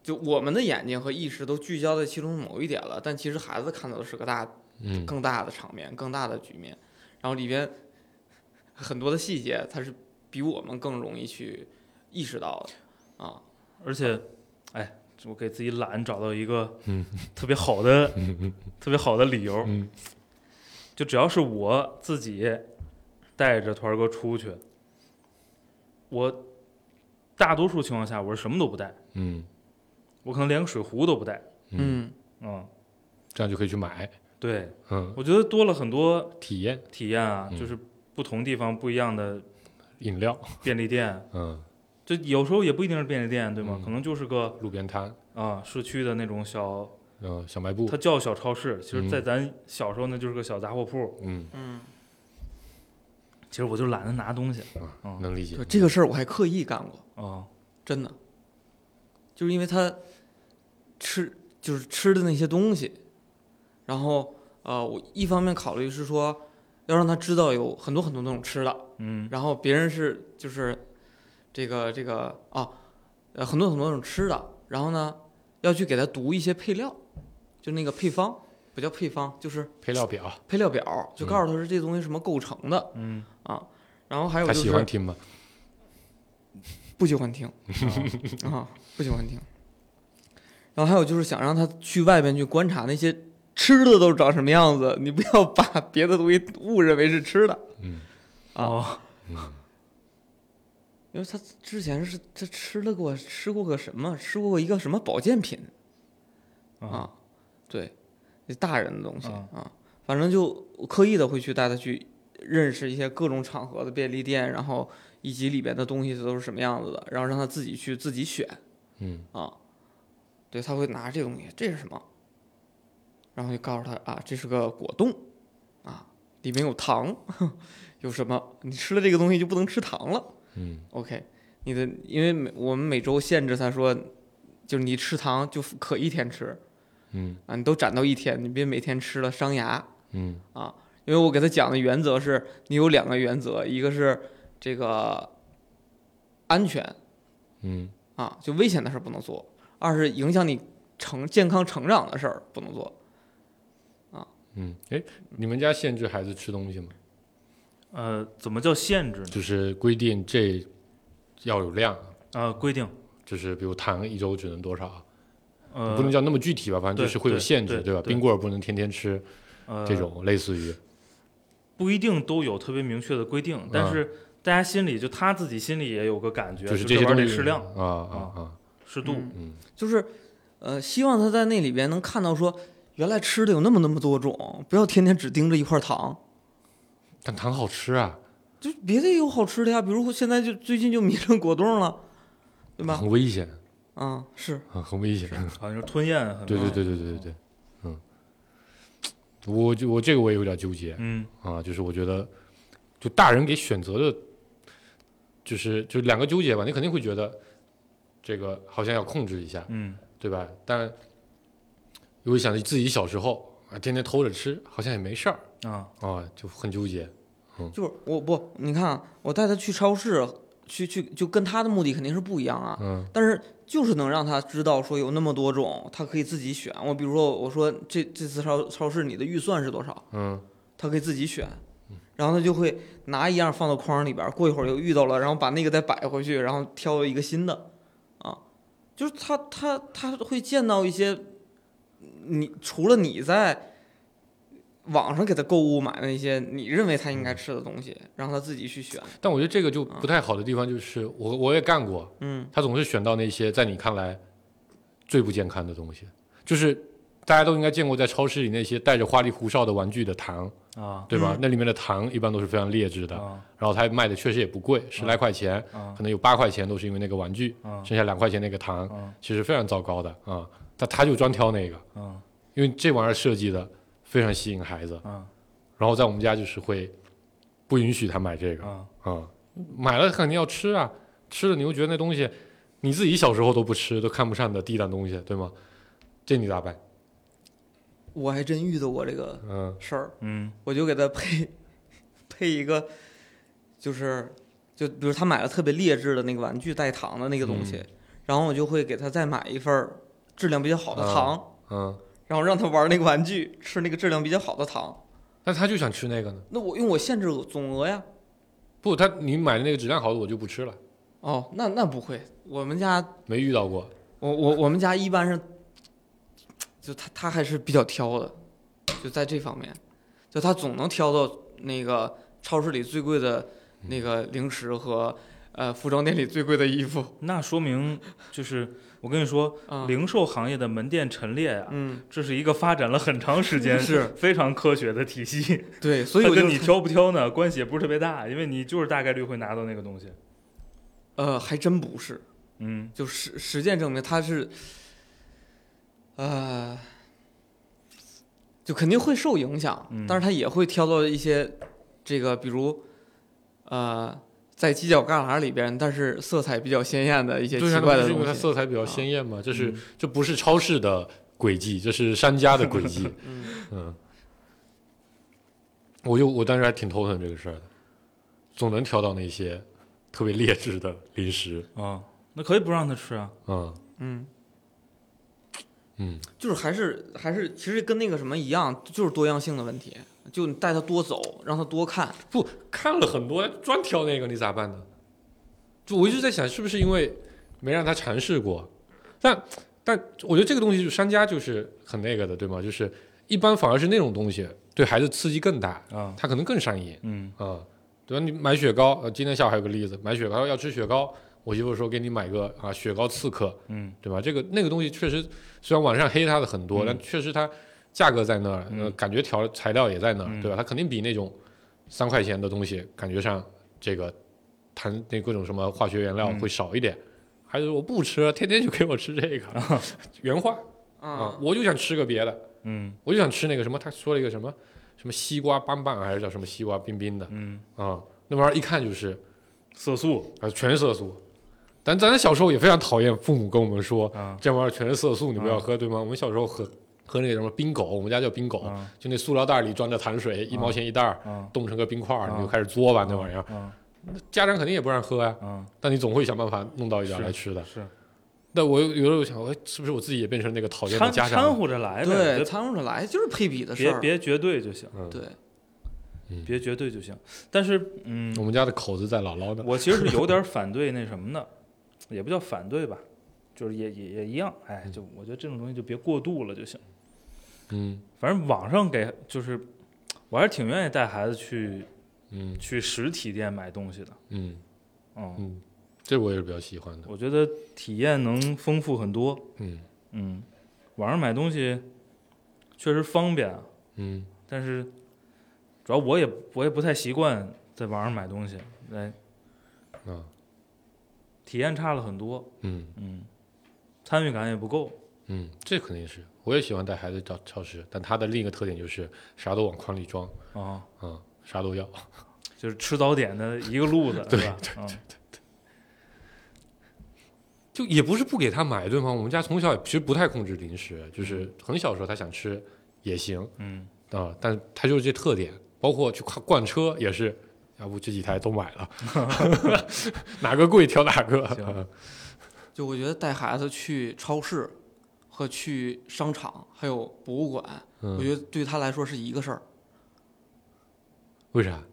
就我们的眼睛和意识都聚焦在其中某一点了，但其实孩子看到的是个大、
嗯，
更大的场面、更大的局面，然后里边很多的细节，它是比我们更容易去意识到的啊。
而且，哎，我给自己懒找到一个
嗯
特别好的、
嗯嗯
特别好的理由，
嗯
就只要是我自己带着团儿哥出去，我大多数情况下我是什么都不带，
嗯
我可能连个水壶都不带。
嗯，
嗯，
嗯，
这样就可以去买，
对，
嗯，
我觉得多了很多
体验
体验啊，
嗯
就是不同地方不一样的
饮料，
便利店，
嗯，
就有时候也不一定是便利店，对吗？
嗯
可能就是个
路边摊，
啊、市区的那种小，
嗯，小卖部
它，叫小超市，其实，
嗯
在咱小时候那就是个小杂货铺。
嗯，
其实我就懒得拿东西
啊
嗯，
能理解
对，这个事儿我还刻意干过，
啊、
真的，就是因为他吃就是吃的那些东西，然后呃，我一方面考虑是说要让他知道有很多很多那种吃的，
嗯
然后别人是就是这个这个啊，呃，很多很多那种吃的，然后呢要去给他读一些配料，就那个配方不叫配方，就是
配料表，
配料表，
嗯
就告诉他是这东西什么构成的，啊
嗯，
然后还有
他
就是
喜欢听吗？
不喜 欢听啊，不喜欢听。然后还有就是想让他去外边去观察那些吃的都长什么样子，你不要把 别的东西误认为是吃的，
嗯
啊
哦
因为他之前是他吃了过吃过个什么，吃过一个什么保健品啊，对，那大人的东西
啊
啊，反正就刻意的会去带他去认识一些各种场合的便利店，然后以及里边的东西都是什么样子的，然后让他自己去自己选。
嗯
啊，对，他会拿这东西，这是什么？然后就告诉他啊，这是个果冻，啊，里面有糖， 有什么？你吃了这个东西就不能吃糖了。
嗯
OK，你的因为每我们每周限制他说，就是你吃糖就可一天吃
嗯
啊，你都攒到一天，你别每天吃了伤牙。
嗯
因为我给他讲的原则是，你有两个原则，一个是这个安全，
嗯
啊，就危险的事儿不能做；二是影响你成健康成长的事儿不能做。
嗯，哎，你们家限制孩子吃东西吗？
呃，怎么叫限制呢？
就是规定这要有量，
呃，规定，
就是比如糖一周只能多少，
呃，
不能叫那么具体吧，反正
对
就是会有
对
限制，
对
嗯对嗯吧？
对
冰棍儿不能天天吃，
呃
这种类似于，
不一定都有特别明确的规定，但是大家心里就他自己心里也有个感觉，
嗯就是
这
这些
玩意儿
东西
得适量
啊啊啊，
适度。
嗯
嗯
就是，呃，希望他在那里边能看到说，原来吃的有那么那么多种，不要天天只盯着一块糖，
但糖好吃啊，
就别的也有好吃的呀，比如现在就最近就迷上果冻了，对吧？
很危险，
啊，是，
啊很危险。
好像是吞咽很
对对对对对对对，嗯，我就我这个我也有点纠结
嗯
啊，就是我觉得，就大人给选择的，就是就两个纠结吧，你肯定会觉得这个好像要控制一下，
嗯
对吧？但又想自己小时候啊，天天偷着吃，好像也没事儿
啊
啊，就很纠结。
就是我不，你看啊我带他去超市，去去就跟他的目的肯定是不一样啊，
嗯
但是就是能让他知道说有那么多种，他可以自己选。我比如说，我说这这次超超市你的预算是多少，
嗯
他可以自己选，然后他就会拿一样放到筐里边儿，过一会儿又遇到了，然后把那个再摆回去，然后挑一个新的，啊，就是他他他会见到一些，你除了你在网上给他购物买的一些你认为他应该吃的东西，让他自己去选，
但我觉得这个就不太好的地方就是，我我也干过，
嗯，
他总是选到那些在你看来最不健康的东西，就是大家都应该见过在超市里那些带着花里胡哨的玩具的糖，
啊
对吧？
嗯
那里面的糖一般都是非常劣质的，
啊
然后它卖的确实也不贵，十来块钱，
啊
可能有八块钱都是因为那个玩具，
啊
剩下两块钱那个糖，
啊
其实非常糟糕的啊。但他就专挑那个，
啊
因为这玩意儿设计的非常吸引孩子，
啊
然后在我们家就是会不允许他买这个。
啊！
啊、买了肯定要吃啊，吃了你又觉得那东西你自己小时候都不吃，都看不上的低档东西，对吗？这你咋办？
我还真遇到过这个
嗯
事儿。
嗯
我就给他配配一个，就是就比如他买了特别劣质的那个玩具带糖的那个东西，然后我就会给他再买一份儿质量比较好的
啊
糖，
嗯，
然后让他玩那个玩具，吃那个质量比较好的糖。
但他就想吃那个呢。
那我用我限制总额呀。
不，他你买的那个质量好的我就不吃了，
哦，那那不会，我们家
没遇到过。
我我我们家一般是，就他他还是比较挑的，就在这方面，就他总能挑到那个超市里最贵的那个零食和呃服装店里最贵的衣服。
那说明就是我跟你说，
啊，
零售行业的门店陈列啊，
嗯，
这是一个发展了很长时间
是
非常科学的体系。
对，所以
它
我就
跟你挑不挑呢，关系也不是特别大，因为你就是大概率会拿到那个东西。
呃还真不是，
嗯，
就实实践证明他是，呃，就肯定会受影响，
嗯
但是他也会挑到一些这个，比如呃，在犄角旮旯里边，但是色彩比较鲜艳的一些
对
奇
啊，
怪
那
的
不是因为它
东西。
色彩比较鲜艳嘛，这是
嗯
这不是超市的轨迹，这是商家的轨迹。
嗯，
嗯，我就我当时还挺头疼这个事儿的，总能挑到那些特别劣质的零食。
啊，那可以不让他吃啊。
嗯
嗯，
嗯，
就是还是还是，其实跟那个什么一样，就是多样性的问题。就你带他多走，让他多看。
不看了很多，专挑那个，你咋办呢？就我一直在想，是不是因为没让他尝试过？但但我觉得这个东西，就商家就是很那个的，对吗？就是一般反而是那种东西对孩子刺激更大，
啊，
他可能更上瘾。
嗯
啊、对吧？你买雪糕，呃，今天下午还有个例子，买雪糕要吃雪糕，我媳妇说给你买个啊雪糕刺客，
嗯，
对吧？这个那个东西确实，虽然网上黑它的很
嗯
多，但确实它价格在那儿，呃
嗯
感觉调材料也在那儿，
嗯
对吧？它肯定比那种三块钱的东西感觉上这个含那各种什么化学原料
嗯
会少一点。还是我不吃，天天就给我吃这 个，原话啊、
啊，
我就想吃个别的，
嗯
我就想吃那个什么，他说了一个什么什么西瓜棒棒还是叫什么西瓜冰冰的，
嗯，
啊、那玩意儿一看就是
色素
啊，全是色素。咱咱小时候也非常讨厌父母跟我们说
啊
这玩意儿全是色素，你不要
啊
喝，对吗？我们小时候喝喝那个什么冰狗，我们家叫冰狗，
啊
就那塑料袋里装着糖水，一毛钱一袋儿，
啊
冻成个冰块儿，
啊
你就开始嘬吧那玩意儿。
啊
家长肯定也不让喝呀、
啊，
但你总会想办法弄到一点儿
是
来吃的。
是
但我有有时候想，哎，是不是我自己也变成那个讨厌的
掺
家
掺
长？
和着来呗，
对，
我觉
掺和着来就是配比的
得
事
别
儿。
别绝对就行，
嗯，
对，
别绝对就行。但是嗯，
我们家的口子在姥姥那。
我其实是有 点反对那什么的，也不叫反对吧，就是也也也一样，哎，就我觉得这种东西就别过度了就行。
嗯
反正网上给就是，我还是挺愿意带孩子去
嗯
去实体店买东西的。
嗯
嗯，
嗯，这我也是比较喜欢的。
我觉得体验能丰富很多。
嗯
嗯，网上买东西确实方便啊，
嗯
但是主要我也我也不太习惯在网上买东西，来
啊
体验差了很多。
嗯。
嗯，参与感也不够。
嗯，这肯定是，我也喜欢带孩子到超市，但它的另一个特点就是啥都往筐里装，
啊、
嗯，啥都要。
就是吃早点的一个路 子，对吧？嗯对对
就也不是不给他买，对吗？我们家从小也其实不太控制零食，就是很小时候他想吃也行
嗯
啊、但他就是这特点，包括去逛逛车也是，要不这几台都买 了，哪个贵挑哪个。
行
嗯
就我觉得带孩子去超市和去商场，还有博物馆，我
嗯，
觉得对他来说是一个事儿，
为啥？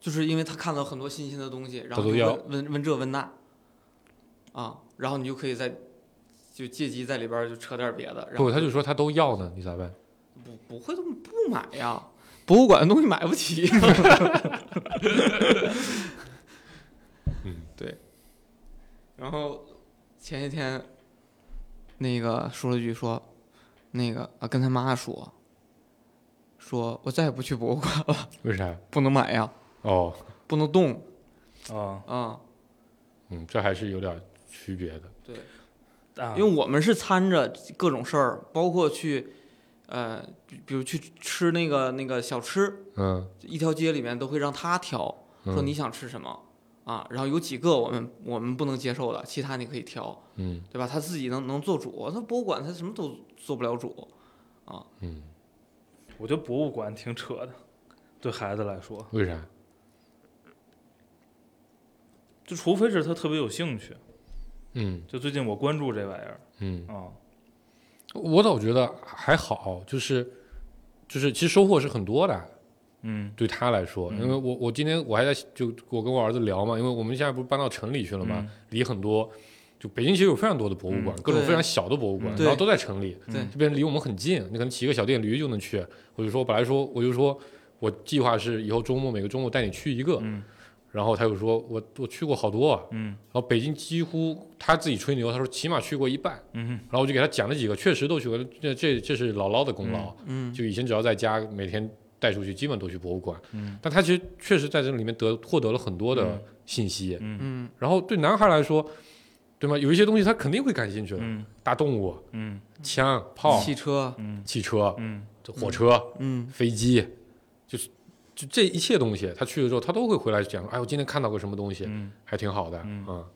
就是因为他看到很多新鲜的东西，然
他
后
都
就
要
问问问这问那，啊，然后你就可以在就借机在里边儿就扯点儿别的，然后
不，他就说他都要呢，你咋办？
不不会这么不买呀，博物馆的东西买不 起。
嗯，
对。然后前几天那个说了一句说，那个啊跟他妈说，说我再也不去博物馆了，
为啥？
不能买呀，
哦，
不能动
啊
啊、
嗯，这还是有点区别的。
对，
啊，
因为我们是掺着各种事儿，包括去。呃，比比如去吃那个那个小吃，
嗯，
一条街里面都会让他挑，
嗯
说你想吃什么啊，然后有几个我们我们不能接受的，其他你可以挑，
嗯
对吧？他自己能能做主，他博物馆他什么都做不了主。
嗯，
我觉得博物馆挺扯的，对孩子来说，
为啥？
就除非是他特别有兴趣。
嗯
就最近我关注这玩意儿
嗯。
啊，
我倒觉得还好，就是就是其实收获是很多的，
嗯
对他来说，
嗯
因为我我今天我还在就我跟我儿子聊嘛，因为我们现在不是搬到城里去了嘛，
嗯
离很多就北京其实有非常多的博物馆，
嗯
各种
对
非常小的博物馆，
嗯
然后都在城里，
对
这边离我们很近，你可能骑个小电驴就能去。我就说本来说我就说我计划是以后周末每个周末带你去一个，
嗯
然后他就说我我去过好多啊，
嗯
然后北京几乎他自己吹牛，他说起码去过一半，
嗯
然后我就给他讲了几个，确实都去过，这这这是姥姥的功劳，
嗯，
就以前只要在家每天带出去，基本都去博物馆，
嗯
但他其实确实在这里面得获得了很多的
嗯
信息，
嗯
嗯
然后对男孩来说，对吗？有一些东西他肯定会感兴趣的，
嗯
大动物、
嗯
枪、炮、
汽车，
嗯
汽车、
嗯
火车、
嗯
飞机，就是就这一切东西，他去了之后，他都会回来讲，哎，我今天看到个什么东西，
嗯
还挺好的，啊
嗯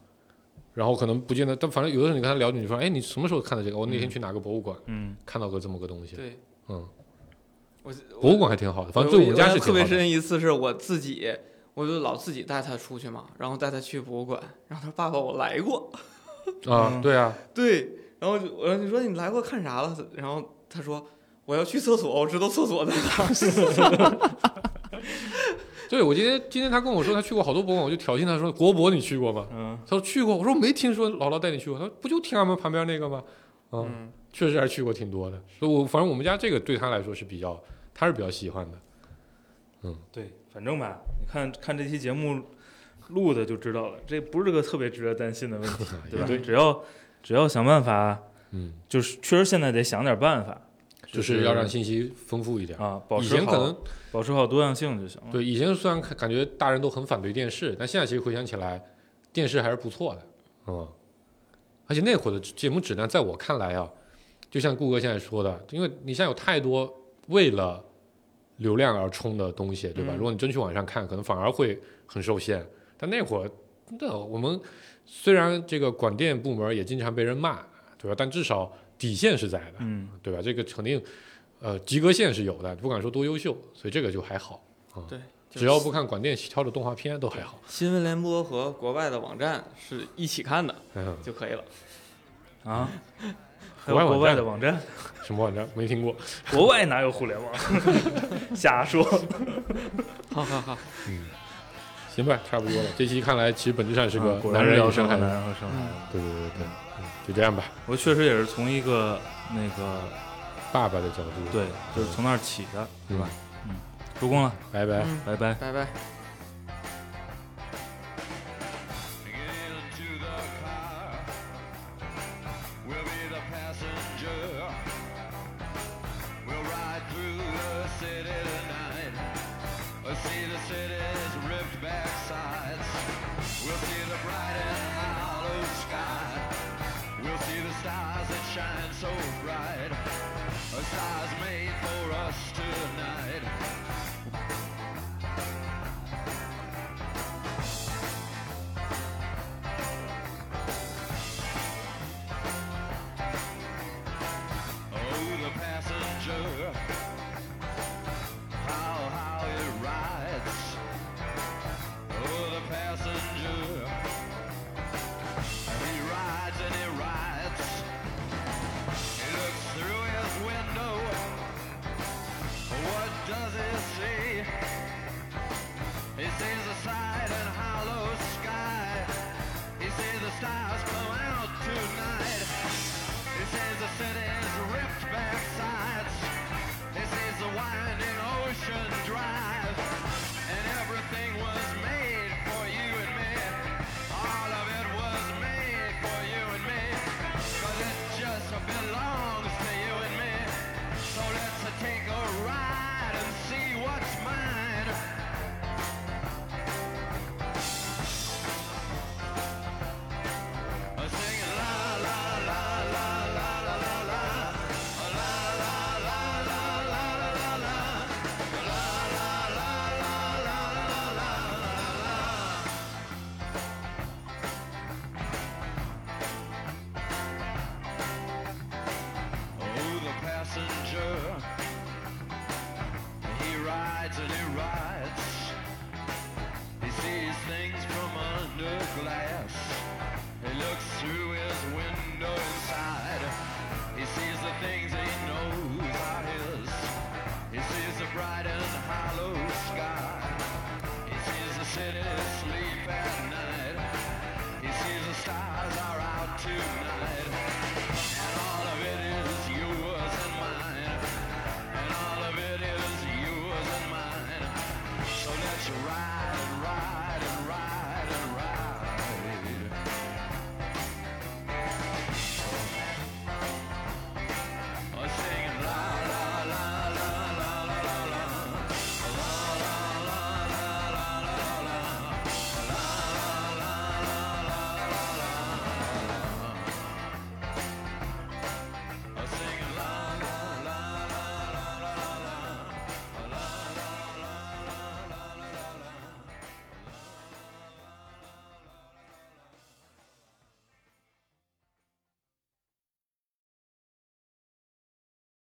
然后可能不见得，但反正有的时候你跟他聊，你说，哎，你什么时候看的这个？我那天去哪个博物馆、
嗯
看到过这么个东西？
对，
嗯，
我
博物馆还挺好的，反正对我们家是
特
挺
别
好的。
深一次是我自己，我就老自己带他出去嘛，然后带他去博物馆，然后他说爸爸我来过，
啊，
嗯
对啊，
对，然后就我说你说你来过看啥了？然后他说我要去厕所，我知道厕所在哪儿。
对我今天今天他跟我说他去过好多博物馆，我就挑衅他说国博你去过吗？
嗯
他说去过，我说我没听说姥姥带你去过，他说不就天安门旁边那个吗？啊、
嗯，
确实还是去过挺多的。所以我反正我们家这个对他来说是比较，他是比较喜欢的。
对，反正吧，你看看这期节目录的就知道了，这不是个特别值得担心的问 题，对吧？
对，
只要只要想办法，
嗯，
就是确实现在得想点办法，
就是要让信息丰富一点。
啊保
以
持
前可
好嗯
能
保持好多样性就行了。
对以前虽然看感觉大人都很反对电视，但现在其实回想起来，电视还是不错的，嗯。而且那会儿的节目质量，在我看来啊，就像顾哥现在说的，因为你现在有太多为了流量而冲的东西，对吧？
嗯
如果你真去网上看，可能反而会很受限。但那会儿，那我们虽然这个广电部门也经常被人骂，对吧？但至少底线是在的，
嗯，
对吧？这个肯定，呃，及格线是有的，不敢说多优秀，所以这个就还好。
对，
只要不看广电挑的动画片都还好。
新闻联播和国外的网站是一起看的
嗯，
就可以了。
啊，还有国
国
外
外
的网站，
什么网站没听过？
国外哪有互联网？ 瞎说。
好好好，
行吧，差不多了。这期看来其实本质上是个
啊果
男
然是
人
要
与生孩
孩
子
男。人和生孩子。
对对对对，嗯，就这样吧。
我确实也是从一个那个
爸爸的角度，
对，就是从那儿起的，
对吧？
出宫了，
拜拜。
嗯，
拜拜。
拜拜。
into the car. We'll be the passenger. We'll ride through the city tonight. We'll see the city's ripped back sides. We'll see the bright and hollow sky. We'll see the stars that shine so bright. A stars made for us tonight. Oh, the passenger. How, how it rides. Oh, the passenger. He rides and he rides. He looks through his window. What does he see? He sees the sight and hollow sky. He sees the stars come out tonight. This is the city's ripped back sides. This is the winding ocean drive. And everything was made for you and me. All of it was made for you and me. Cause it just belongs to you and me. So let's take a ride and see what's mine. Singing la la la la. Oh, the passenger. He rides and he rides. He sees things from under glass. He looks through his window inside. He sees the things he knows are his. He sees the bright and hollow sky. He sees the city sleep at night. He sees the stars are out tonight.